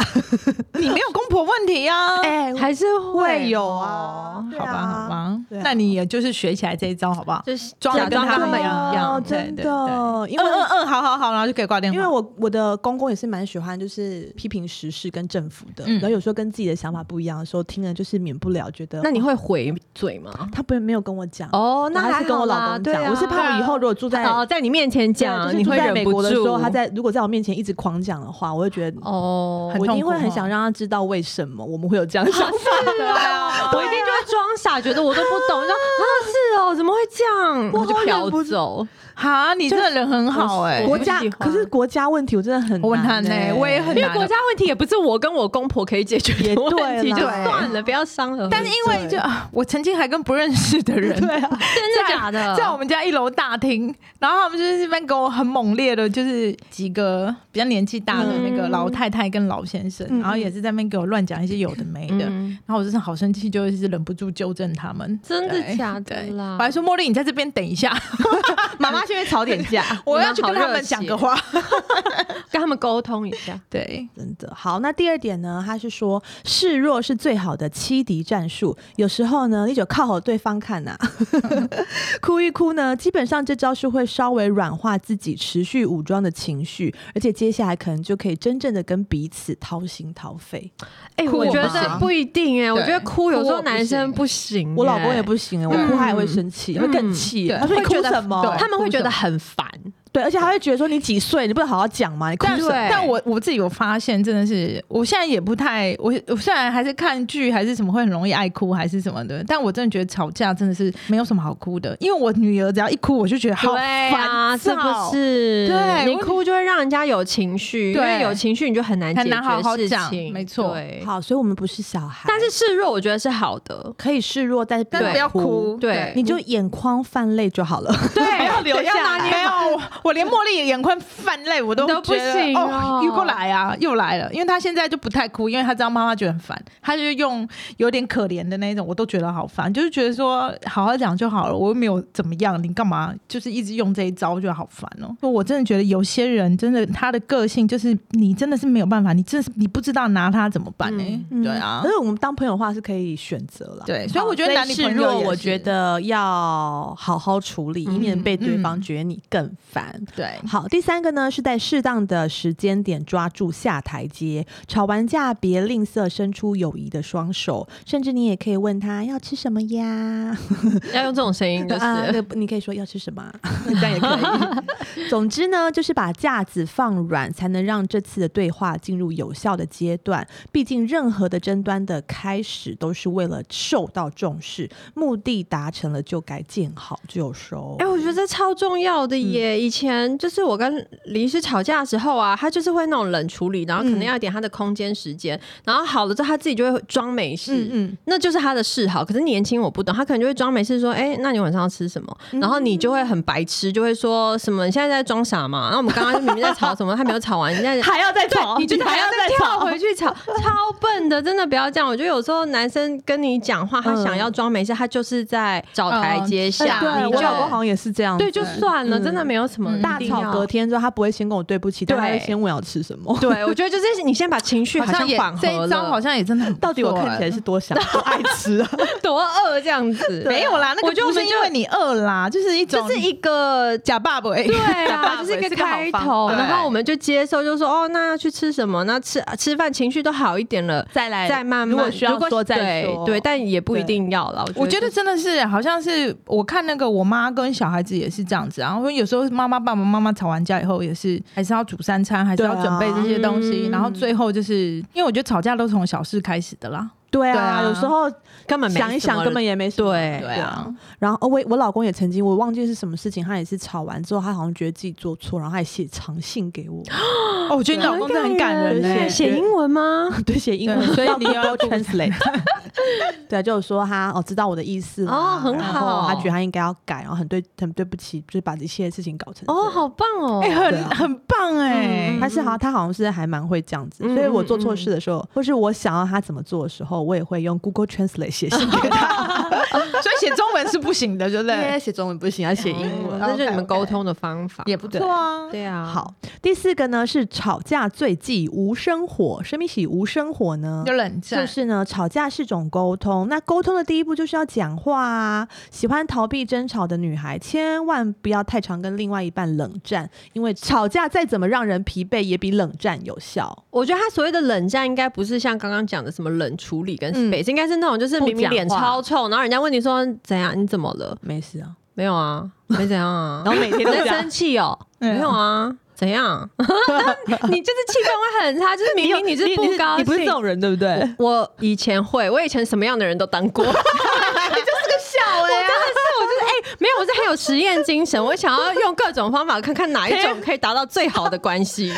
Speaker 3: 你没有公婆问题啊，
Speaker 1: 哎
Speaker 2: 还是
Speaker 1: 会有
Speaker 2: 哦
Speaker 1: 啊，对
Speaker 3: 好
Speaker 1: 啊
Speaker 3: 吧好吧，
Speaker 1: 对啊
Speaker 3: 那你也就是学起来这一招好不好？
Speaker 2: 就是
Speaker 3: 装得
Speaker 2: 假
Speaker 3: 跟
Speaker 2: 装
Speaker 3: 他
Speaker 2: 他
Speaker 3: 们
Speaker 2: 们
Speaker 3: 一
Speaker 2: 一
Speaker 3: 样
Speaker 2: 样
Speaker 1: 哦，真
Speaker 3: 对对
Speaker 1: 的，因
Speaker 3: 嗯
Speaker 1: 为
Speaker 3: 嗯嗯，好好好，然后就可以挂
Speaker 2: 嗯
Speaker 3: 电话。
Speaker 1: 因为我我的公公也是蛮喜欢，就是批评时事跟政府的，
Speaker 3: 嗯
Speaker 1: 然后有时候跟自己的想法不一样的时候，听了就是免不了觉得。哦
Speaker 2: 那你会回嘴吗？
Speaker 1: 他不没有跟我讲，
Speaker 2: 哦，
Speaker 1: 然后他
Speaker 2: 还
Speaker 1: 是跟我老公讲，我是
Speaker 2: 我以
Speaker 1: 怕我以
Speaker 2: 后。
Speaker 1: 后如果住在
Speaker 2: 啊哦，在你面前
Speaker 1: 对
Speaker 2: 讲，
Speaker 1: 就是
Speaker 2: 你
Speaker 1: 住
Speaker 2: 会
Speaker 1: 在
Speaker 2: 忍
Speaker 1: 美
Speaker 2: 不
Speaker 1: 国的时
Speaker 2: 住。
Speaker 1: 候，他在如果在我面前一直狂讲的话，我会觉得
Speaker 2: 哦，
Speaker 3: 很
Speaker 1: 我一
Speaker 3: 痛
Speaker 1: 定
Speaker 3: 苦
Speaker 1: 会很
Speaker 3: 哦
Speaker 1: 想让他知道为什么我们会有这样的想法。
Speaker 2: 对啊，我一定就会装傻，觉得我都不懂， 就说啊是哦，怎么会这样？我就
Speaker 1: 忍不
Speaker 2: 飘
Speaker 1: 住
Speaker 2: 走。
Speaker 3: 哈，你真的人很好哎、
Speaker 2: 我
Speaker 1: 国
Speaker 2: 我
Speaker 1: 家
Speaker 2: 喜欢
Speaker 1: 可是国家问题，我真的很
Speaker 3: 我很
Speaker 1: 难欸
Speaker 3: 难哎、我也很
Speaker 2: 因为
Speaker 3: 难。
Speaker 2: 国家问题也不是我跟我公婆可以解决
Speaker 1: 也
Speaker 2: 的问题，就
Speaker 1: 对啦
Speaker 2: 算了，不要伤了。
Speaker 3: 但是因为就啊我曾经还跟不认识的 人，
Speaker 1: 对啊，
Speaker 2: 真的假的？
Speaker 3: 在我们家一楼大厅，然后他们就是这边给我很猛烈的，就是几个比较年纪大的那个
Speaker 2: 嗯
Speaker 3: 老太太跟老先生，
Speaker 1: 嗯
Speaker 3: 然后也是在那边给我乱讲一些有的没的，
Speaker 2: 嗯
Speaker 3: 然后我真的好生气，就是忍不住纠正他们。
Speaker 2: 真的
Speaker 3: 对
Speaker 2: 假的
Speaker 3: 啊对
Speaker 2: 啦
Speaker 3: 我？还说茉莉，你在这边等一下，
Speaker 1: 妈妈先会吵点架。
Speaker 3: 我要去跟他们讲个话。
Speaker 2: 跟他们沟通一下。
Speaker 3: 对，
Speaker 1: 真的好，那第二点呢？他是说示弱是最好的欺敌战术。有时候呢，你就靠好对方看呐、啊 哭一哭呢，基本上这招是会稍微软化自己持续武装的情绪，而且接下来可能就可以真正的跟彼此掏心掏肺。
Speaker 2: 哎，
Speaker 3: 哭
Speaker 2: 我
Speaker 3: 我
Speaker 2: 觉
Speaker 1: 不行
Speaker 2: 得不一定哎，我觉得哭有时
Speaker 3: 哭我
Speaker 2: 候
Speaker 3: 不
Speaker 2: 男生
Speaker 3: 行
Speaker 2: 不行欸，
Speaker 1: 我老公也不行、欸，我哭他也会生气，会更气、
Speaker 3: 对
Speaker 1: 他说你
Speaker 2: 嗯会
Speaker 1: 哭
Speaker 2: 觉得
Speaker 1: 什么？
Speaker 3: 对
Speaker 2: 他们会
Speaker 3: 哭
Speaker 2: 觉
Speaker 3: 什
Speaker 2: 得
Speaker 3: 么
Speaker 2: 很烦。
Speaker 1: 对，而且他会觉得说你几岁，你不能好好讲嘛，你哭
Speaker 3: 但
Speaker 1: 什么？
Speaker 2: 对
Speaker 3: 但我我自己有发现，真的是，我现在也不太，我我虽然还是看剧还是什么会很容易爱哭还是什么的，但我真的觉得吵架真的是没有什么好哭的，因为我女儿只要一哭，我就觉得好
Speaker 2: 对啊，
Speaker 3: 烦
Speaker 2: 是
Speaker 3: 躁，
Speaker 2: 不是？
Speaker 3: 对
Speaker 2: 你
Speaker 3: 我
Speaker 2: 哭就会让人家有情绪，因
Speaker 3: 对
Speaker 2: 为有情绪你就很难
Speaker 3: 很
Speaker 2: 解
Speaker 3: 难好好
Speaker 2: 决事
Speaker 3: 讲
Speaker 2: 情，
Speaker 3: 没错
Speaker 2: 对
Speaker 1: 好，所以我们不是小孩，
Speaker 2: 但是示弱我觉得是好的，
Speaker 1: 可以示弱，但是
Speaker 3: 但是不要
Speaker 1: 哭
Speaker 3: 哭，
Speaker 2: 对
Speaker 1: 你就眼眶泛泪就好 了。
Speaker 2: 对
Speaker 3: 哎不要流下来，没有，我我连茉莉的眼眶泛泪我都
Speaker 2: 都不
Speaker 3: 觉得
Speaker 2: 行
Speaker 3: 哦
Speaker 2: 哦，
Speaker 3: 又过来啊，又来了，因为她现在就不太哭，因为她知道妈妈觉得很烦，她就用有点可怜的那一种，我都觉得好烦，就是觉得说好好讲就好了，我又没有怎么样，你干嘛就是一直用这一招，我觉得好烦哦。我真的觉得有些人真的他的个性就是你真的是没有办法，你真的是你不知道拿他怎么办呢、
Speaker 2: 嗯
Speaker 1: 嗯
Speaker 3: 对啊
Speaker 1: 可，是我们当朋友的话是可以选择了。
Speaker 3: 对，
Speaker 1: 好，
Speaker 3: 所以我觉得男女
Speaker 1: 示
Speaker 3: 朋友
Speaker 1: 弱，
Speaker 3: 也
Speaker 1: 我
Speaker 3: 是
Speaker 1: 觉得要好好处理，以免被对方觉得你更烦。
Speaker 3: 对。
Speaker 1: 嗯好，第三个呢是在适当的时间点抓住下台阶，吵完架别吝啬伸出友谊的双手，甚至你也可以问他要吃什么呀？
Speaker 2: 要用这种声音 就是。
Speaker 1: 啊，对，你可以说要吃什么啊，这样也可以。总之呢，就是把架子放软，才能让这次的对话进入有效的阶段。毕竟，任何的争端的开始都是为了受到重视，目的达成了就该见好就收。
Speaker 2: 哎、我觉得这超重要的耶！以前就是我跟李医师吵架的时候啊，他就是会那种冷处理，然后可能
Speaker 1: 嗯
Speaker 2: 要一点他的空间时间，然后好了之后他自己就会装没事，
Speaker 1: 嗯嗯，
Speaker 2: 那就是他的嗜好。可是年轻我不懂，他可能就会装没事说：“哎、那你晚上要吃什么？”然后你就会很白痴，就会说什么“你现在在装傻嘛？”然后我们刚刚就明明在吵什么，还没有吵完，你现在
Speaker 1: 还要再吵，
Speaker 2: 你就还要再跳
Speaker 1: 吵。
Speaker 2: 回去吵，超笨的，真的不要这样。我觉得有时候男生跟你讲话，他
Speaker 1: 嗯
Speaker 2: 想要装没事，他就是在找台阶
Speaker 1: 哎
Speaker 2: 下，
Speaker 1: 对，
Speaker 2: 你
Speaker 1: 我
Speaker 2: 就
Speaker 1: 老公好像也是这样子，
Speaker 2: 对就算了，
Speaker 1: 嗯
Speaker 2: 真的没有什么
Speaker 3: 嗯
Speaker 1: 大
Speaker 2: 一定要
Speaker 1: 吵隔。天之后，他不会先跟我对不起，但他会
Speaker 2: 对
Speaker 1: 先问我要吃什么。
Speaker 2: 对，我觉得就是你先把情绪
Speaker 3: 好像
Speaker 2: 像
Speaker 3: 也
Speaker 2: 缓
Speaker 3: 这
Speaker 2: 和
Speaker 3: 一招好
Speaker 2: 了，
Speaker 3: 像也真的很不
Speaker 1: 到底我
Speaker 3: 错
Speaker 1: 看
Speaker 3: 哎
Speaker 1: 起来是多 想多爱吃啊？
Speaker 2: 多饿这样子，
Speaker 3: 没有啦，那
Speaker 2: 啊我
Speaker 3: 个
Speaker 2: 觉得我
Speaker 3: 不
Speaker 2: 们
Speaker 3: 是
Speaker 2: 就
Speaker 3: 因为你饿啦，就是一种
Speaker 2: 这是一个
Speaker 3: 假爸爸、欸。
Speaker 2: 对对啊，就是一个开头，
Speaker 3: 对
Speaker 2: 然后我们就接受，就说哦，那要去吃什么？那吃吃饭情绪都好一点了，
Speaker 1: 再来
Speaker 2: 再慢慢。
Speaker 1: 如果需要说再
Speaker 2: 对
Speaker 1: 说，
Speaker 2: 对，但也不一定要了。
Speaker 3: 我觉
Speaker 2: 就
Speaker 3: 得真的是，好像是我看那个我妈跟小孩子也是这样子啊，然后有时候妈妈、爸爸妈妈吵完架以后，也是还是要煮三餐，还是要
Speaker 1: 对啊
Speaker 3: 准备这些东西，
Speaker 2: 嗯
Speaker 3: 然后最后就是因为我觉得吵架都从小事开始的啦，
Speaker 1: 对
Speaker 3: 对
Speaker 1: 啊，
Speaker 3: 啊
Speaker 1: 有时候
Speaker 2: 根本没
Speaker 1: 想一
Speaker 2: 什
Speaker 1: 想，
Speaker 2: 么
Speaker 1: 根本也没什么。
Speaker 2: 对
Speaker 3: 对啊，
Speaker 1: 然后，哦，我我老公也曾经，我忘记是什么事情，他也是吵完之后，他好像觉得自己做错，然后他也写长信给我，
Speaker 3: 哦，我觉得你老公真的很感人
Speaker 1: 很感
Speaker 3: 呢、
Speaker 1: 人
Speaker 2: 欸
Speaker 1: 欸
Speaker 2: 写英文吗？
Speaker 1: 对，写英文，
Speaker 3: 对所以你要
Speaker 1: translate。对，就是说他哦知道我的意思啦
Speaker 2: 哦很
Speaker 1: 然后
Speaker 2: 好
Speaker 1: 他觉得他应该要改，然后很对很对不起，就是把一些事情搞成
Speaker 2: 哦，
Speaker 1: 这样。
Speaker 2: 好棒哦！
Speaker 3: 哎、
Speaker 1: 对
Speaker 3: 很
Speaker 1: 啊
Speaker 3: 很棒哎、
Speaker 2: 嗯
Speaker 1: 他是好，他好像是还蛮会这样子，
Speaker 2: 嗯
Speaker 1: 所以我做错事的时候，或是我想要他怎么做的时候，我也会用 Google Translate 写信给他。
Speaker 3: 所以写中文是不行的，对
Speaker 1: 因
Speaker 3: 不
Speaker 1: 为
Speaker 3: 对？
Speaker 1: 写中文不行，要写英文
Speaker 2: 嗯。
Speaker 3: 哦
Speaker 2: 那就是你们
Speaker 3: OK，OK
Speaker 2: 沟通的方法
Speaker 3: 也不
Speaker 1: 对
Speaker 3: 错啊。
Speaker 2: 对啊。，
Speaker 1: 好，第四个呢是吵架最忌无生火，什么喜无生火呢
Speaker 3: 就？冷战，
Speaker 1: 就是啊呢，吵架是种沟通。那沟通的第一步就是要讲话啊。喜欢逃避争吵的女孩，千万不要太常跟另外一半冷战，因为吵架再怎么让人疲惫，也比冷战有效。
Speaker 2: 我觉得他所谓的冷战，应该不是像刚刚讲的什么冷处理跟
Speaker 1: 嗯
Speaker 2: space，、应该是那种就是明
Speaker 1: 不讲话
Speaker 2: 明脸超臭，然后人家问你说怎样，你怎么了？
Speaker 1: 没事啊，
Speaker 2: 没有啊，没怎样 啊。
Speaker 1: 然后每天
Speaker 2: 你
Speaker 1: 都 这
Speaker 2: 在
Speaker 1: 样
Speaker 2: 生。气哦？
Speaker 3: 嗯
Speaker 2: 没 有啊，怎样？ 你就是气氛会很差，就是明明你是不高兴，
Speaker 1: 你不是这种人对不对？
Speaker 2: 我以前会，我以前什么样的人都当过。你就是个小哎、我真的
Speaker 3: 欸
Speaker 2: 是，我就是哎、没有，我是很有实验精神，我想要用各种方法看看哪一种可以达到最好的关系。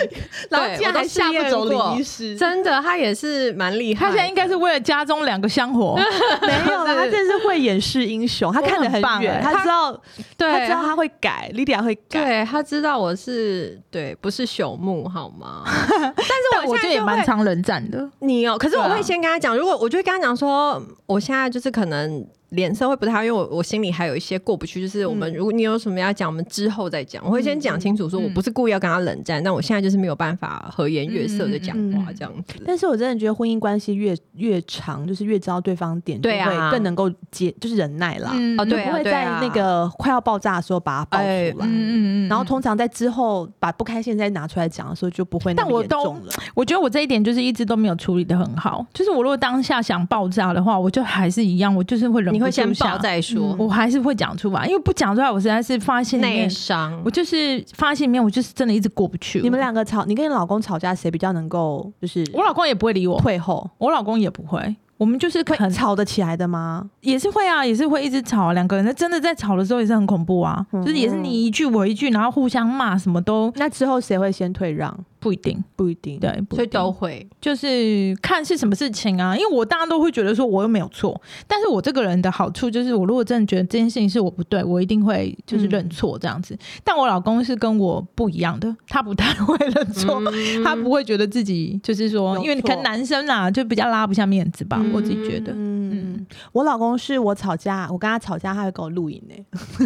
Speaker 1: 然后
Speaker 2: 对
Speaker 1: 竟然
Speaker 2: 我都
Speaker 1: 还
Speaker 2: 下
Speaker 1: 试验
Speaker 2: 不走
Speaker 1: 过
Speaker 2: 李医
Speaker 1: 师
Speaker 2: 真的，他也是蛮厉害
Speaker 3: 他
Speaker 2: 的。
Speaker 3: 现在应该是为了家中两个香 火，
Speaker 1: 没有啦，他真的是慧眼识英雄，他看得很
Speaker 3: 我很棒
Speaker 1: 远，
Speaker 3: 欸
Speaker 1: 他知道，他
Speaker 2: 对
Speaker 1: 知道他会改，Lydia 会改。
Speaker 2: 对他知道我是对，不是朽木好吗？但是
Speaker 3: 但我
Speaker 2: 我现
Speaker 3: 觉得
Speaker 2: 在
Speaker 3: 也
Speaker 2: 就
Speaker 3: 蛮
Speaker 2: 会。
Speaker 3: 常冷战的。
Speaker 2: 你哦，可是我
Speaker 3: 对啊
Speaker 2: 会先跟他讲，如果我就会跟他讲说，我现在就是可能脸色会不太好，因为我我心里还有一些过不去，就是我们、如果你有什么要讲，我们之后再讲。我会先讲清楚，说
Speaker 3: 嗯
Speaker 2: 我不是故意要跟他冷战，但我现在就是没有办法和颜悦色的讲
Speaker 1: 嗯
Speaker 2: 话
Speaker 1: 嗯
Speaker 2: 这样子。
Speaker 1: 但是我真的觉得婚姻关系越越长，就是越知道对方点，就
Speaker 2: 对啊
Speaker 1: 会更能够接，就是忍耐啦。
Speaker 3: 嗯
Speaker 2: 哦
Speaker 1: 就
Speaker 2: 对啊
Speaker 1: 不会在那个快要爆炸的时候把它爆出来
Speaker 2: 哎。
Speaker 3: 嗯嗯嗯。
Speaker 1: 然后通常在之后把不开心再拿出来讲的时候，就不会那
Speaker 3: 但
Speaker 1: 么
Speaker 3: 我
Speaker 1: 严
Speaker 3: 都
Speaker 1: 重了。
Speaker 3: 我觉得我这一点就是一直都没有处理的很好，就是我如果当下想爆炸的话，我就还是一样，我就是会忍
Speaker 2: 你
Speaker 3: 不
Speaker 2: 会
Speaker 3: 住
Speaker 2: 先
Speaker 3: 想
Speaker 2: 爆，再说，
Speaker 3: 我还是会讲出来，因为不讲出来，我实在是发现里
Speaker 2: 内
Speaker 3: 面，
Speaker 2: 伤
Speaker 3: 我。就是发现里面，我就是真的一直过不去。
Speaker 1: 你们，两个吵，你跟你老公吵架，谁比较能够就是
Speaker 3: 我老公也不会理我，
Speaker 1: 退后？
Speaker 3: 我老公也不会，我们就是可能
Speaker 1: 吵得起来的吗？
Speaker 3: 也是会啊，也是会一直吵啊，两个人在真的在吵的时候也是很恐怖啊，
Speaker 1: 嗯
Speaker 3: 就是也是你一句我一句，然后互相骂，什么都
Speaker 1: 那之后谁会先退让？
Speaker 3: 不一定，
Speaker 1: 不一定。
Speaker 3: 对，不一定
Speaker 2: 所以都会，
Speaker 3: 就是看是什么事情啊，因为我大家都会觉得说我又没有错，但是我这个人的好处就是，我如果真的觉得这件事情是我不对，我一定会就是认错这样子。但我老公是跟我不一样的，他不太会认错，他不会觉得自己就是说
Speaker 1: 有，
Speaker 3: 因为
Speaker 1: 错
Speaker 3: 可能男生啊就比较拉不下面子吧，
Speaker 2: 嗯
Speaker 3: 我自己觉得。
Speaker 1: 嗯
Speaker 3: 嗯，
Speaker 1: 我老公是我吵架，我跟他吵架，他会给我录影呢、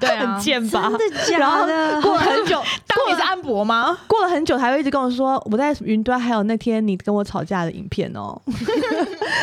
Speaker 3: 对啊
Speaker 1: 很，贱吧？ 然
Speaker 2: 假
Speaker 1: 后
Speaker 2: 的？
Speaker 1: 过了很久，
Speaker 3: 当你是安博吗？
Speaker 1: 过了很久，还会一直跟我说我在云端还有那天你跟我吵架的影片 哦，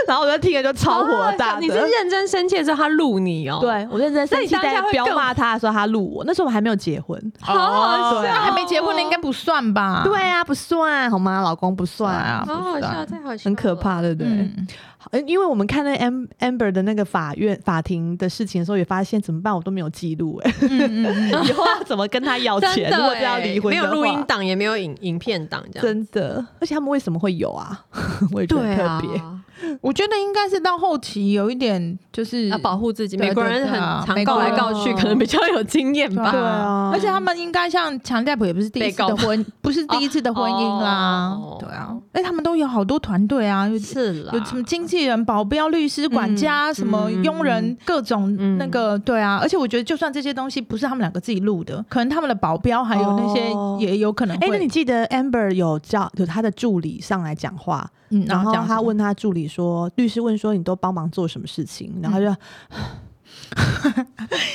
Speaker 1: 然后我就听了就超火
Speaker 3: 啊
Speaker 1: 大的。
Speaker 2: 你是认真生气的时候，他录你哦，，
Speaker 1: 对我认真生气，
Speaker 2: 那你当下
Speaker 1: 在
Speaker 2: 会
Speaker 1: 彪
Speaker 2: 更
Speaker 1: 骂他的时候，他录我。那时候我还没有结婚。
Speaker 2: 好好
Speaker 1: 对
Speaker 2: 笑，
Speaker 1: 啊
Speaker 3: 还没结婚的应该不算吧？
Speaker 1: 对啊，不算好吗？老公不算
Speaker 3: 啊，
Speaker 2: 好好
Speaker 3: 不
Speaker 2: 笑，
Speaker 3: 算。
Speaker 2: 太好笑了，
Speaker 1: 很可怕，对不对？
Speaker 3: 嗯，
Speaker 1: 呃因为我们看那 Am Amber 的那个法院法庭的事情的时候，也发现怎么办，我都没有记录 哎、
Speaker 3: 嗯嗯嗯
Speaker 1: 以后要怎么跟他要
Speaker 2: 真
Speaker 1: 哦钱？
Speaker 2: 的
Speaker 1: 如果真的要
Speaker 2: 欸
Speaker 1: 离婚
Speaker 2: 没
Speaker 1: 的
Speaker 2: 有
Speaker 1: 话，
Speaker 2: 录音档，也没有影影片档，这样
Speaker 1: 真的。而且他们为什么会有啊？ 我也觉得
Speaker 2: 对
Speaker 1: 很
Speaker 2: 啊
Speaker 1: 特别。，哎
Speaker 3: 嗯我觉得应该是到后期有一点就是
Speaker 2: 要保护自己。
Speaker 3: 对
Speaker 2: 美国人
Speaker 3: 对
Speaker 2: 很
Speaker 3: 对啊
Speaker 2: 常
Speaker 3: 美国
Speaker 2: 告来
Speaker 3: 人
Speaker 2: 告去，可能比较有经验
Speaker 3: 对啊
Speaker 1: 对
Speaker 2: 吧。
Speaker 1: 啊
Speaker 3: 而且他们应该像强戴普也不是第一次
Speaker 2: 被告
Speaker 3: 的婚，不是第一次的婚姻啦。
Speaker 2: 哦
Speaker 3: 对啊，哎、他们都有好多团队啊，有
Speaker 2: 是啦，
Speaker 3: 有什么经纪人、保镖、律师、管家、什么佣人，
Speaker 2: 嗯
Speaker 3: 各种
Speaker 2: 嗯
Speaker 3: 那个、对啊。而且我觉得，就算这些东西不是他们两个自己录的，可能他们的保镖还有那些
Speaker 1: 哦
Speaker 3: 也有可能
Speaker 1: 哎、
Speaker 3: 会。
Speaker 1: 那你记得 Amber 有叫有他的助理上来讲话，
Speaker 3: 嗯，
Speaker 1: 然后
Speaker 3: 这样
Speaker 1: 他
Speaker 3: 子
Speaker 1: 问他助理说，律师问说你都帮忙做什么事情，然后他就。
Speaker 3: 嗯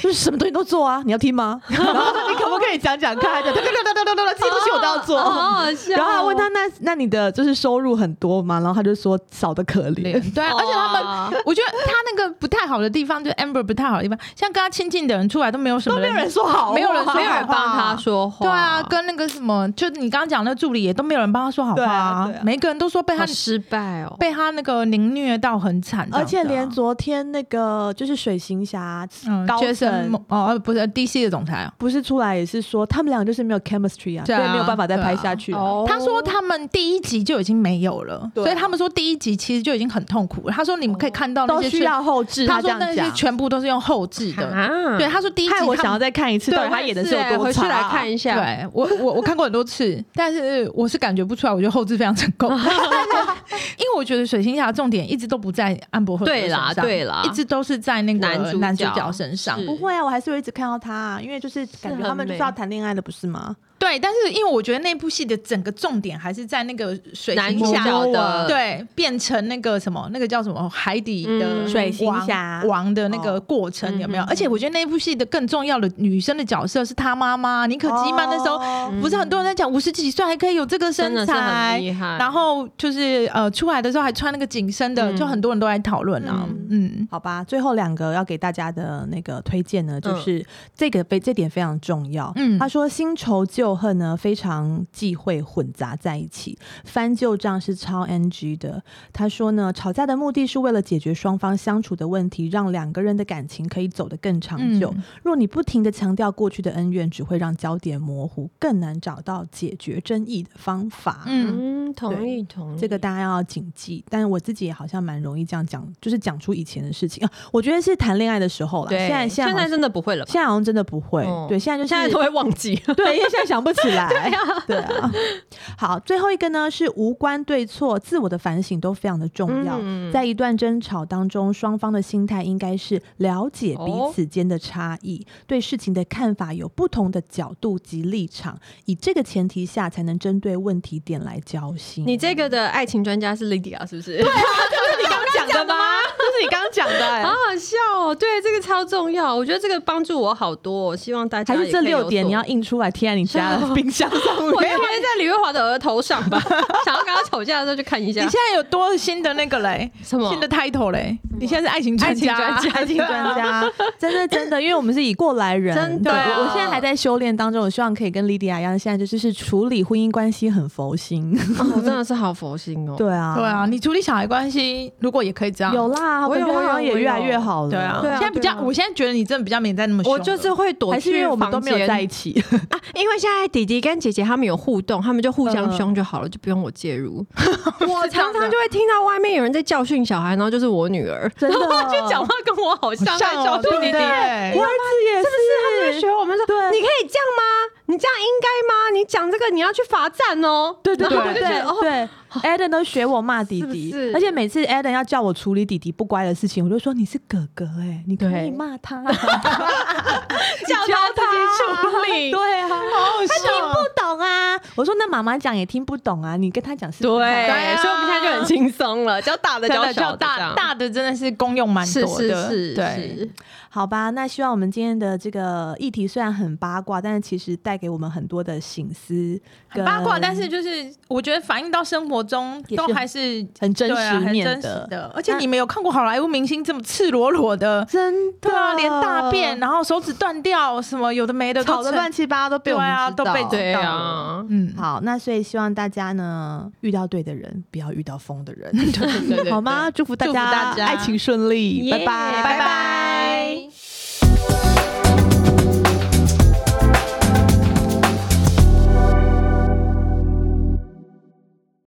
Speaker 1: 就是什么东西都做啊，你要听吗？然后说你可不可以讲讲看？他就哒哒哒哒哒哒，这些东西我都到做。
Speaker 2: 好好笑哦。
Speaker 1: 然后还问他，那那你的就是收入很多吗？然后他就说少的可怜。
Speaker 3: 对啊，
Speaker 2: 哦
Speaker 3: 而且他们，
Speaker 2: 哇
Speaker 3: 我觉得他那个不太好的地方，就是 Amber 不太好的地方，像跟他亲近的人出来都没有什么
Speaker 1: 都没有人说好哦话，
Speaker 3: 没有人说
Speaker 2: 没有人帮他说话，
Speaker 3: 对啊，跟那个什么，就你刚刚讲那助理也都没有人帮他说好话、
Speaker 1: 对啊对啊
Speaker 3: 每一个人都说被他
Speaker 2: 好失败哦。
Speaker 3: 被他那个凌虐到很惨这样子啊，
Speaker 1: 而且连昨天那个就是水行侠
Speaker 3: 嗯
Speaker 1: 高
Speaker 3: 杰森
Speaker 1: 层
Speaker 3: 莫哦不是 DC 的总裁啊，
Speaker 1: 不是出来也是说他们两个就是没有 chemistry 啊，
Speaker 3: 对啊
Speaker 1: 所以没有办法再拍下去啊。
Speaker 2: 哦
Speaker 3: 他说他们第一集就已经没有了，
Speaker 1: 对啊
Speaker 3: 所以他们说第一集其实就已经很痛苦了。他说你们可以看到那
Speaker 1: 都
Speaker 3: 些
Speaker 1: 需要后置，啊
Speaker 3: 全，他
Speaker 1: 这
Speaker 3: 说
Speaker 1: 样
Speaker 3: 那些
Speaker 1: 讲。
Speaker 3: 全部都是用后置的。
Speaker 2: 啊
Speaker 3: 对，他说第一集
Speaker 1: 害我
Speaker 3: 他
Speaker 1: 想
Speaker 3: 们
Speaker 1: 要再看一次，
Speaker 2: 对
Speaker 1: 到底他演的是有
Speaker 2: 我也是欸
Speaker 1: 多
Speaker 2: 回去
Speaker 1: 差、啊
Speaker 2: 来看一下。
Speaker 3: 对我我我看过很多次，但是我是感觉不出来，我觉得后置非常成 功，但是因为我觉得水星侠的重点一直都不在安博赫德
Speaker 2: 对啦
Speaker 3: 身上
Speaker 2: 对啦
Speaker 3: 一直都是在那个
Speaker 2: 啊男主角
Speaker 3: 男主角身上
Speaker 2: 是。
Speaker 1: 不会啊，我还是会一直看到他、啊，因为就是感觉他们就是要谈恋爱的，不是吗？
Speaker 3: 对，但是因为我觉得那部戏的整个重点还是在那个水
Speaker 2: 男
Speaker 3: 星
Speaker 2: 主
Speaker 3: 侠
Speaker 2: 角的
Speaker 3: 对变成那个什么那个叫什么海底的
Speaker 2: 嗯
Speaker 1: 水星
Speaker 3: 王
Speaker 1: 侠
Speaker 3: 王的那个过程有没有？
Speaker 2: 嗯嗯嗯
Speaker 3: 而且我觉得那部戏的更重要的女生的角色是她妈妈妮可基曼那时候。
Speaker 1: 哦
Speaker 3: 不是很多人在讲五十几岁还可以有这个
Speaker 2: 真
Speaker 3: 身
Speaker 2: 的是
Speaker 3: 材
Speaker 2: 很，厉害。
Speaker 3: 然后就是呃，出来的时候还穿那个紧身的，
Speaker 2: 嗯
Speaker 3: 就很多人都在讨论啊。嗯，
Speaker 1: 好吧，最后两个要给大家的那个推荐呢，就是这个非这点非常重要。
Speaker 3: 嗯
Speaker 1: 他说新仇旧恨呢非常忌讳混杂在一起，翻旧账是超 NG 的。他说呢，吵架的目的是为了解决双方相处的问题，让两个人的感情可以走得更长久。
Speaker 3: 嗯
Speaker 1: 若你不停的强调过去的恩怨，只会让焦点模糊，更难找到解决争议的方法。
Speaker 3: 嗯，
Speaker 2: 嗯，同意同意，
Speaker 1: 这个大家要谨记。但是我自己也好像蛮容易这样讲，就是讲出以前的事情啊。我觉得是谈恋爱的时候啦，
Speaker 2: 对，
Speaker 1: 现在现在
Speaker 2: 现
Speaker 1: 好
Speaker 2: 在
Speaker 1: 像
Speaker 2: 真的不会了吧？
Speaker 1: 现在好像真的不会，
Speaker 2: 嗯
Speaker 1: 对，现在就是
Speaker 2: 现在都会忘记。
Speaker 1: 对，因为现在想不起 来。对啊，好，最后一个呢是无关对错，自我的反省都非常的重要。
Speaker 2: 嗯
Speaker 1: 在一段争吵当中，双方的心态应该是了解彼此间的差异，对事情的看法有不同的角度及立场，以这个前提下，才能针对问题点来交心。
Speaker 2: 你这个的爱情专家是 Lydia 是不
Speaker 1: 是
Speaker 2: 是？
Speaker 1: 你刚刚讲 的吗？这是你刚刚讲
Speaker 3: 哎
Speaker 1: 的、
Speaker 2: 好
Speaker 1: 欸。
Speaker 2: 好笑哦！对，这个超重要，我觉得这个帮助我好多、哦，希望大家
Speaker 1: 还是
Speaker 2: 也
Speaker 1: 这
Speaker 2: 可以有
Speaker 1: 六点
Speaker 2: 所
Speaker 1: 你要印出来贴在你家的冰箱上面？
Speaker 2: 我就贴在李月华的额头上吧。想要跟他吵架的时候就看一
Speaker 3: 你
Speaker 2: 下
Speaker 3: 现。在有多新的那个嘞？
Speaker 2: 什么
Speaker 3: 新的 title 嘞？你现在是爱情专
Speaker 1: 爱情
Speaker 3: 家，
Speaker 1: 专家，爱情专家， 真的真的，因为我们是以过来人，
Speaker 2: 真的
Speaker 1: 对我我现在还在修炼当中，我希望可以跟莉迪亚一样，现在就是是处理婚姻关系很佛心，
Speaker 2: 哦，真的是好佛心哦。
Speaker 1: 对啊，
Speaker 3: 对啊，你处理小孩关系如果也可以这样，
Speaker 1: 有啦，我
Speaker 2: 我
Speaker 1: 感
Speaker 2: 有
Speaker 1: 觉他好像也
Speaker 2: 我有
Speaker 1: 越来越好了，
Speaker 3: 对啊，
Speaker 2: 对啊
Speaker 3: 现在比较，
Speaker 2: 对啊
Speaker 3: 我现在觉得你真的比较没在那么凶
Speaker 2: 我
Speaker 3: 了，
Speaker 2: 就是会躲
Speaker 1: 还是因
Speaker 2: 去
Speaker 1: 为我们
Speaker 2: 房
Speaker 1: 都没有
Speaker 2: 间
Speaker 1: 在一起，
Speaker 2: 啊，因为现在弟弟跟姐姐他们有互动，他们就互相
Speaker 1: 嗯
Speaker 2: 凶就好了，就不用我介入。
Speaker 3: 我
Speaker 2: 常常就会听到外面有人在教训小孩，然后就是我女儿，
Speaker 1: 真的
Speaker 2: 就讲话跟我好像，在
Speaker 3: 上
Speaker 2: 教
Speaker 3: 哦，对
Speaker 2: 训
Speaker 3: 不
Speaker 2: 弟弟。
Speaker 1: 我
Speaker 3: 对？
Speaker 1: 儿子也
Speaker 2: 哎就是他们
Speaker 1: 是
Speaker 2: 就学我们说，
Speaker 1: 对
Speaker 2: 你可以这样吗？你这样应该吗？你讲这个你要去罚站哦。
Speaker 1: 对对
Speaker 2: 然后我
Speaker 1: 对
Speaker 2: 就觉
Speaker 1: 对
Speaker 2: 得哦，
Speaker 1: 对，Adam 都学我骂弟弟，
Speaker 2: 是不是
Speaker 1: 而且每次 Adam 要叫我处理弟弟不乖的事情，我就说你是哥哥哎、你可以
Speaker 2: 对
Speaker 1: 骂他，
Speaker 2: 叫他自己处理。
Speaker 1: 对啊，
Speaker 3: 好
Speaker 1: 他听
Speaker 3: 笑，
Speaker 1: 不懂啊！我说那妈妈讲也听不懂啊，你跟他讲是
Speaker 2: 对，
Speaker 3: 啊
Speaker 2: 所以我们现在就很轻松了，教哦大的
Speaker 3: 真
Speaker 2: 教
Speaker 3: 的
Speaker 2: 小
Speaker 3: 叫
Speaker 2: 的这
Speaker 3: 大
Speaker 2: 样，
Speaker 3: 大的真的是功用蛮
Speaker 2: 是
Speaker 3: 多
Speaker 2: 是
Speaker 3: 的，
Speaker 2: 是，
Speaker 3: 对。
Speaker 2: 是
Speaker 1: 好吧？那希望我们今天的这个议题虽然很八卦，但是其实带给我们很多的醒思
Speaker 3: 很
Speaker 1: 跟，
Speaker 3: 八卦，但是就是我觉得反映到生活中
Speaker 1: 也是
Speaker 3: 都还是
Speaker 1: 很真
Speaker 3: 对啊
Speaker 1: 实
Speaker 3: 很
Speaker 1: 面
Speaker 3: 真实
Speaker 1: 的
Speaker 3: 的。而且你们有看过好莱坞明星这么赤裸裸的？
Speaker 1: 真的
Speaker 3: 对啊，连大便，然后手指断掉，什么有的没的，
Speaker 1: 吵
Speaker 3: 都
Speaker 1: 得
Speaker 3: 成
Speaker 1: 乱。七八糟都被我们
Speaker 3: 对啊
Speaker 1: 知道
Speaker 3: 都被知道
Speaker 2: 对啊，
Speaker 3: 嗯，
Speaker 1: 好，那所以希望大家呢遇到对的人，不要遇到疯的人，
Speaker 3: 对对对
Speaker 1: 好吗？祝福大
Speaker 3: 祝福大家
Speaker 1: 爱情顺利，
Speaker 2: 耶
Speaker 1: 拜拜，
Speaker 2: 拜拜。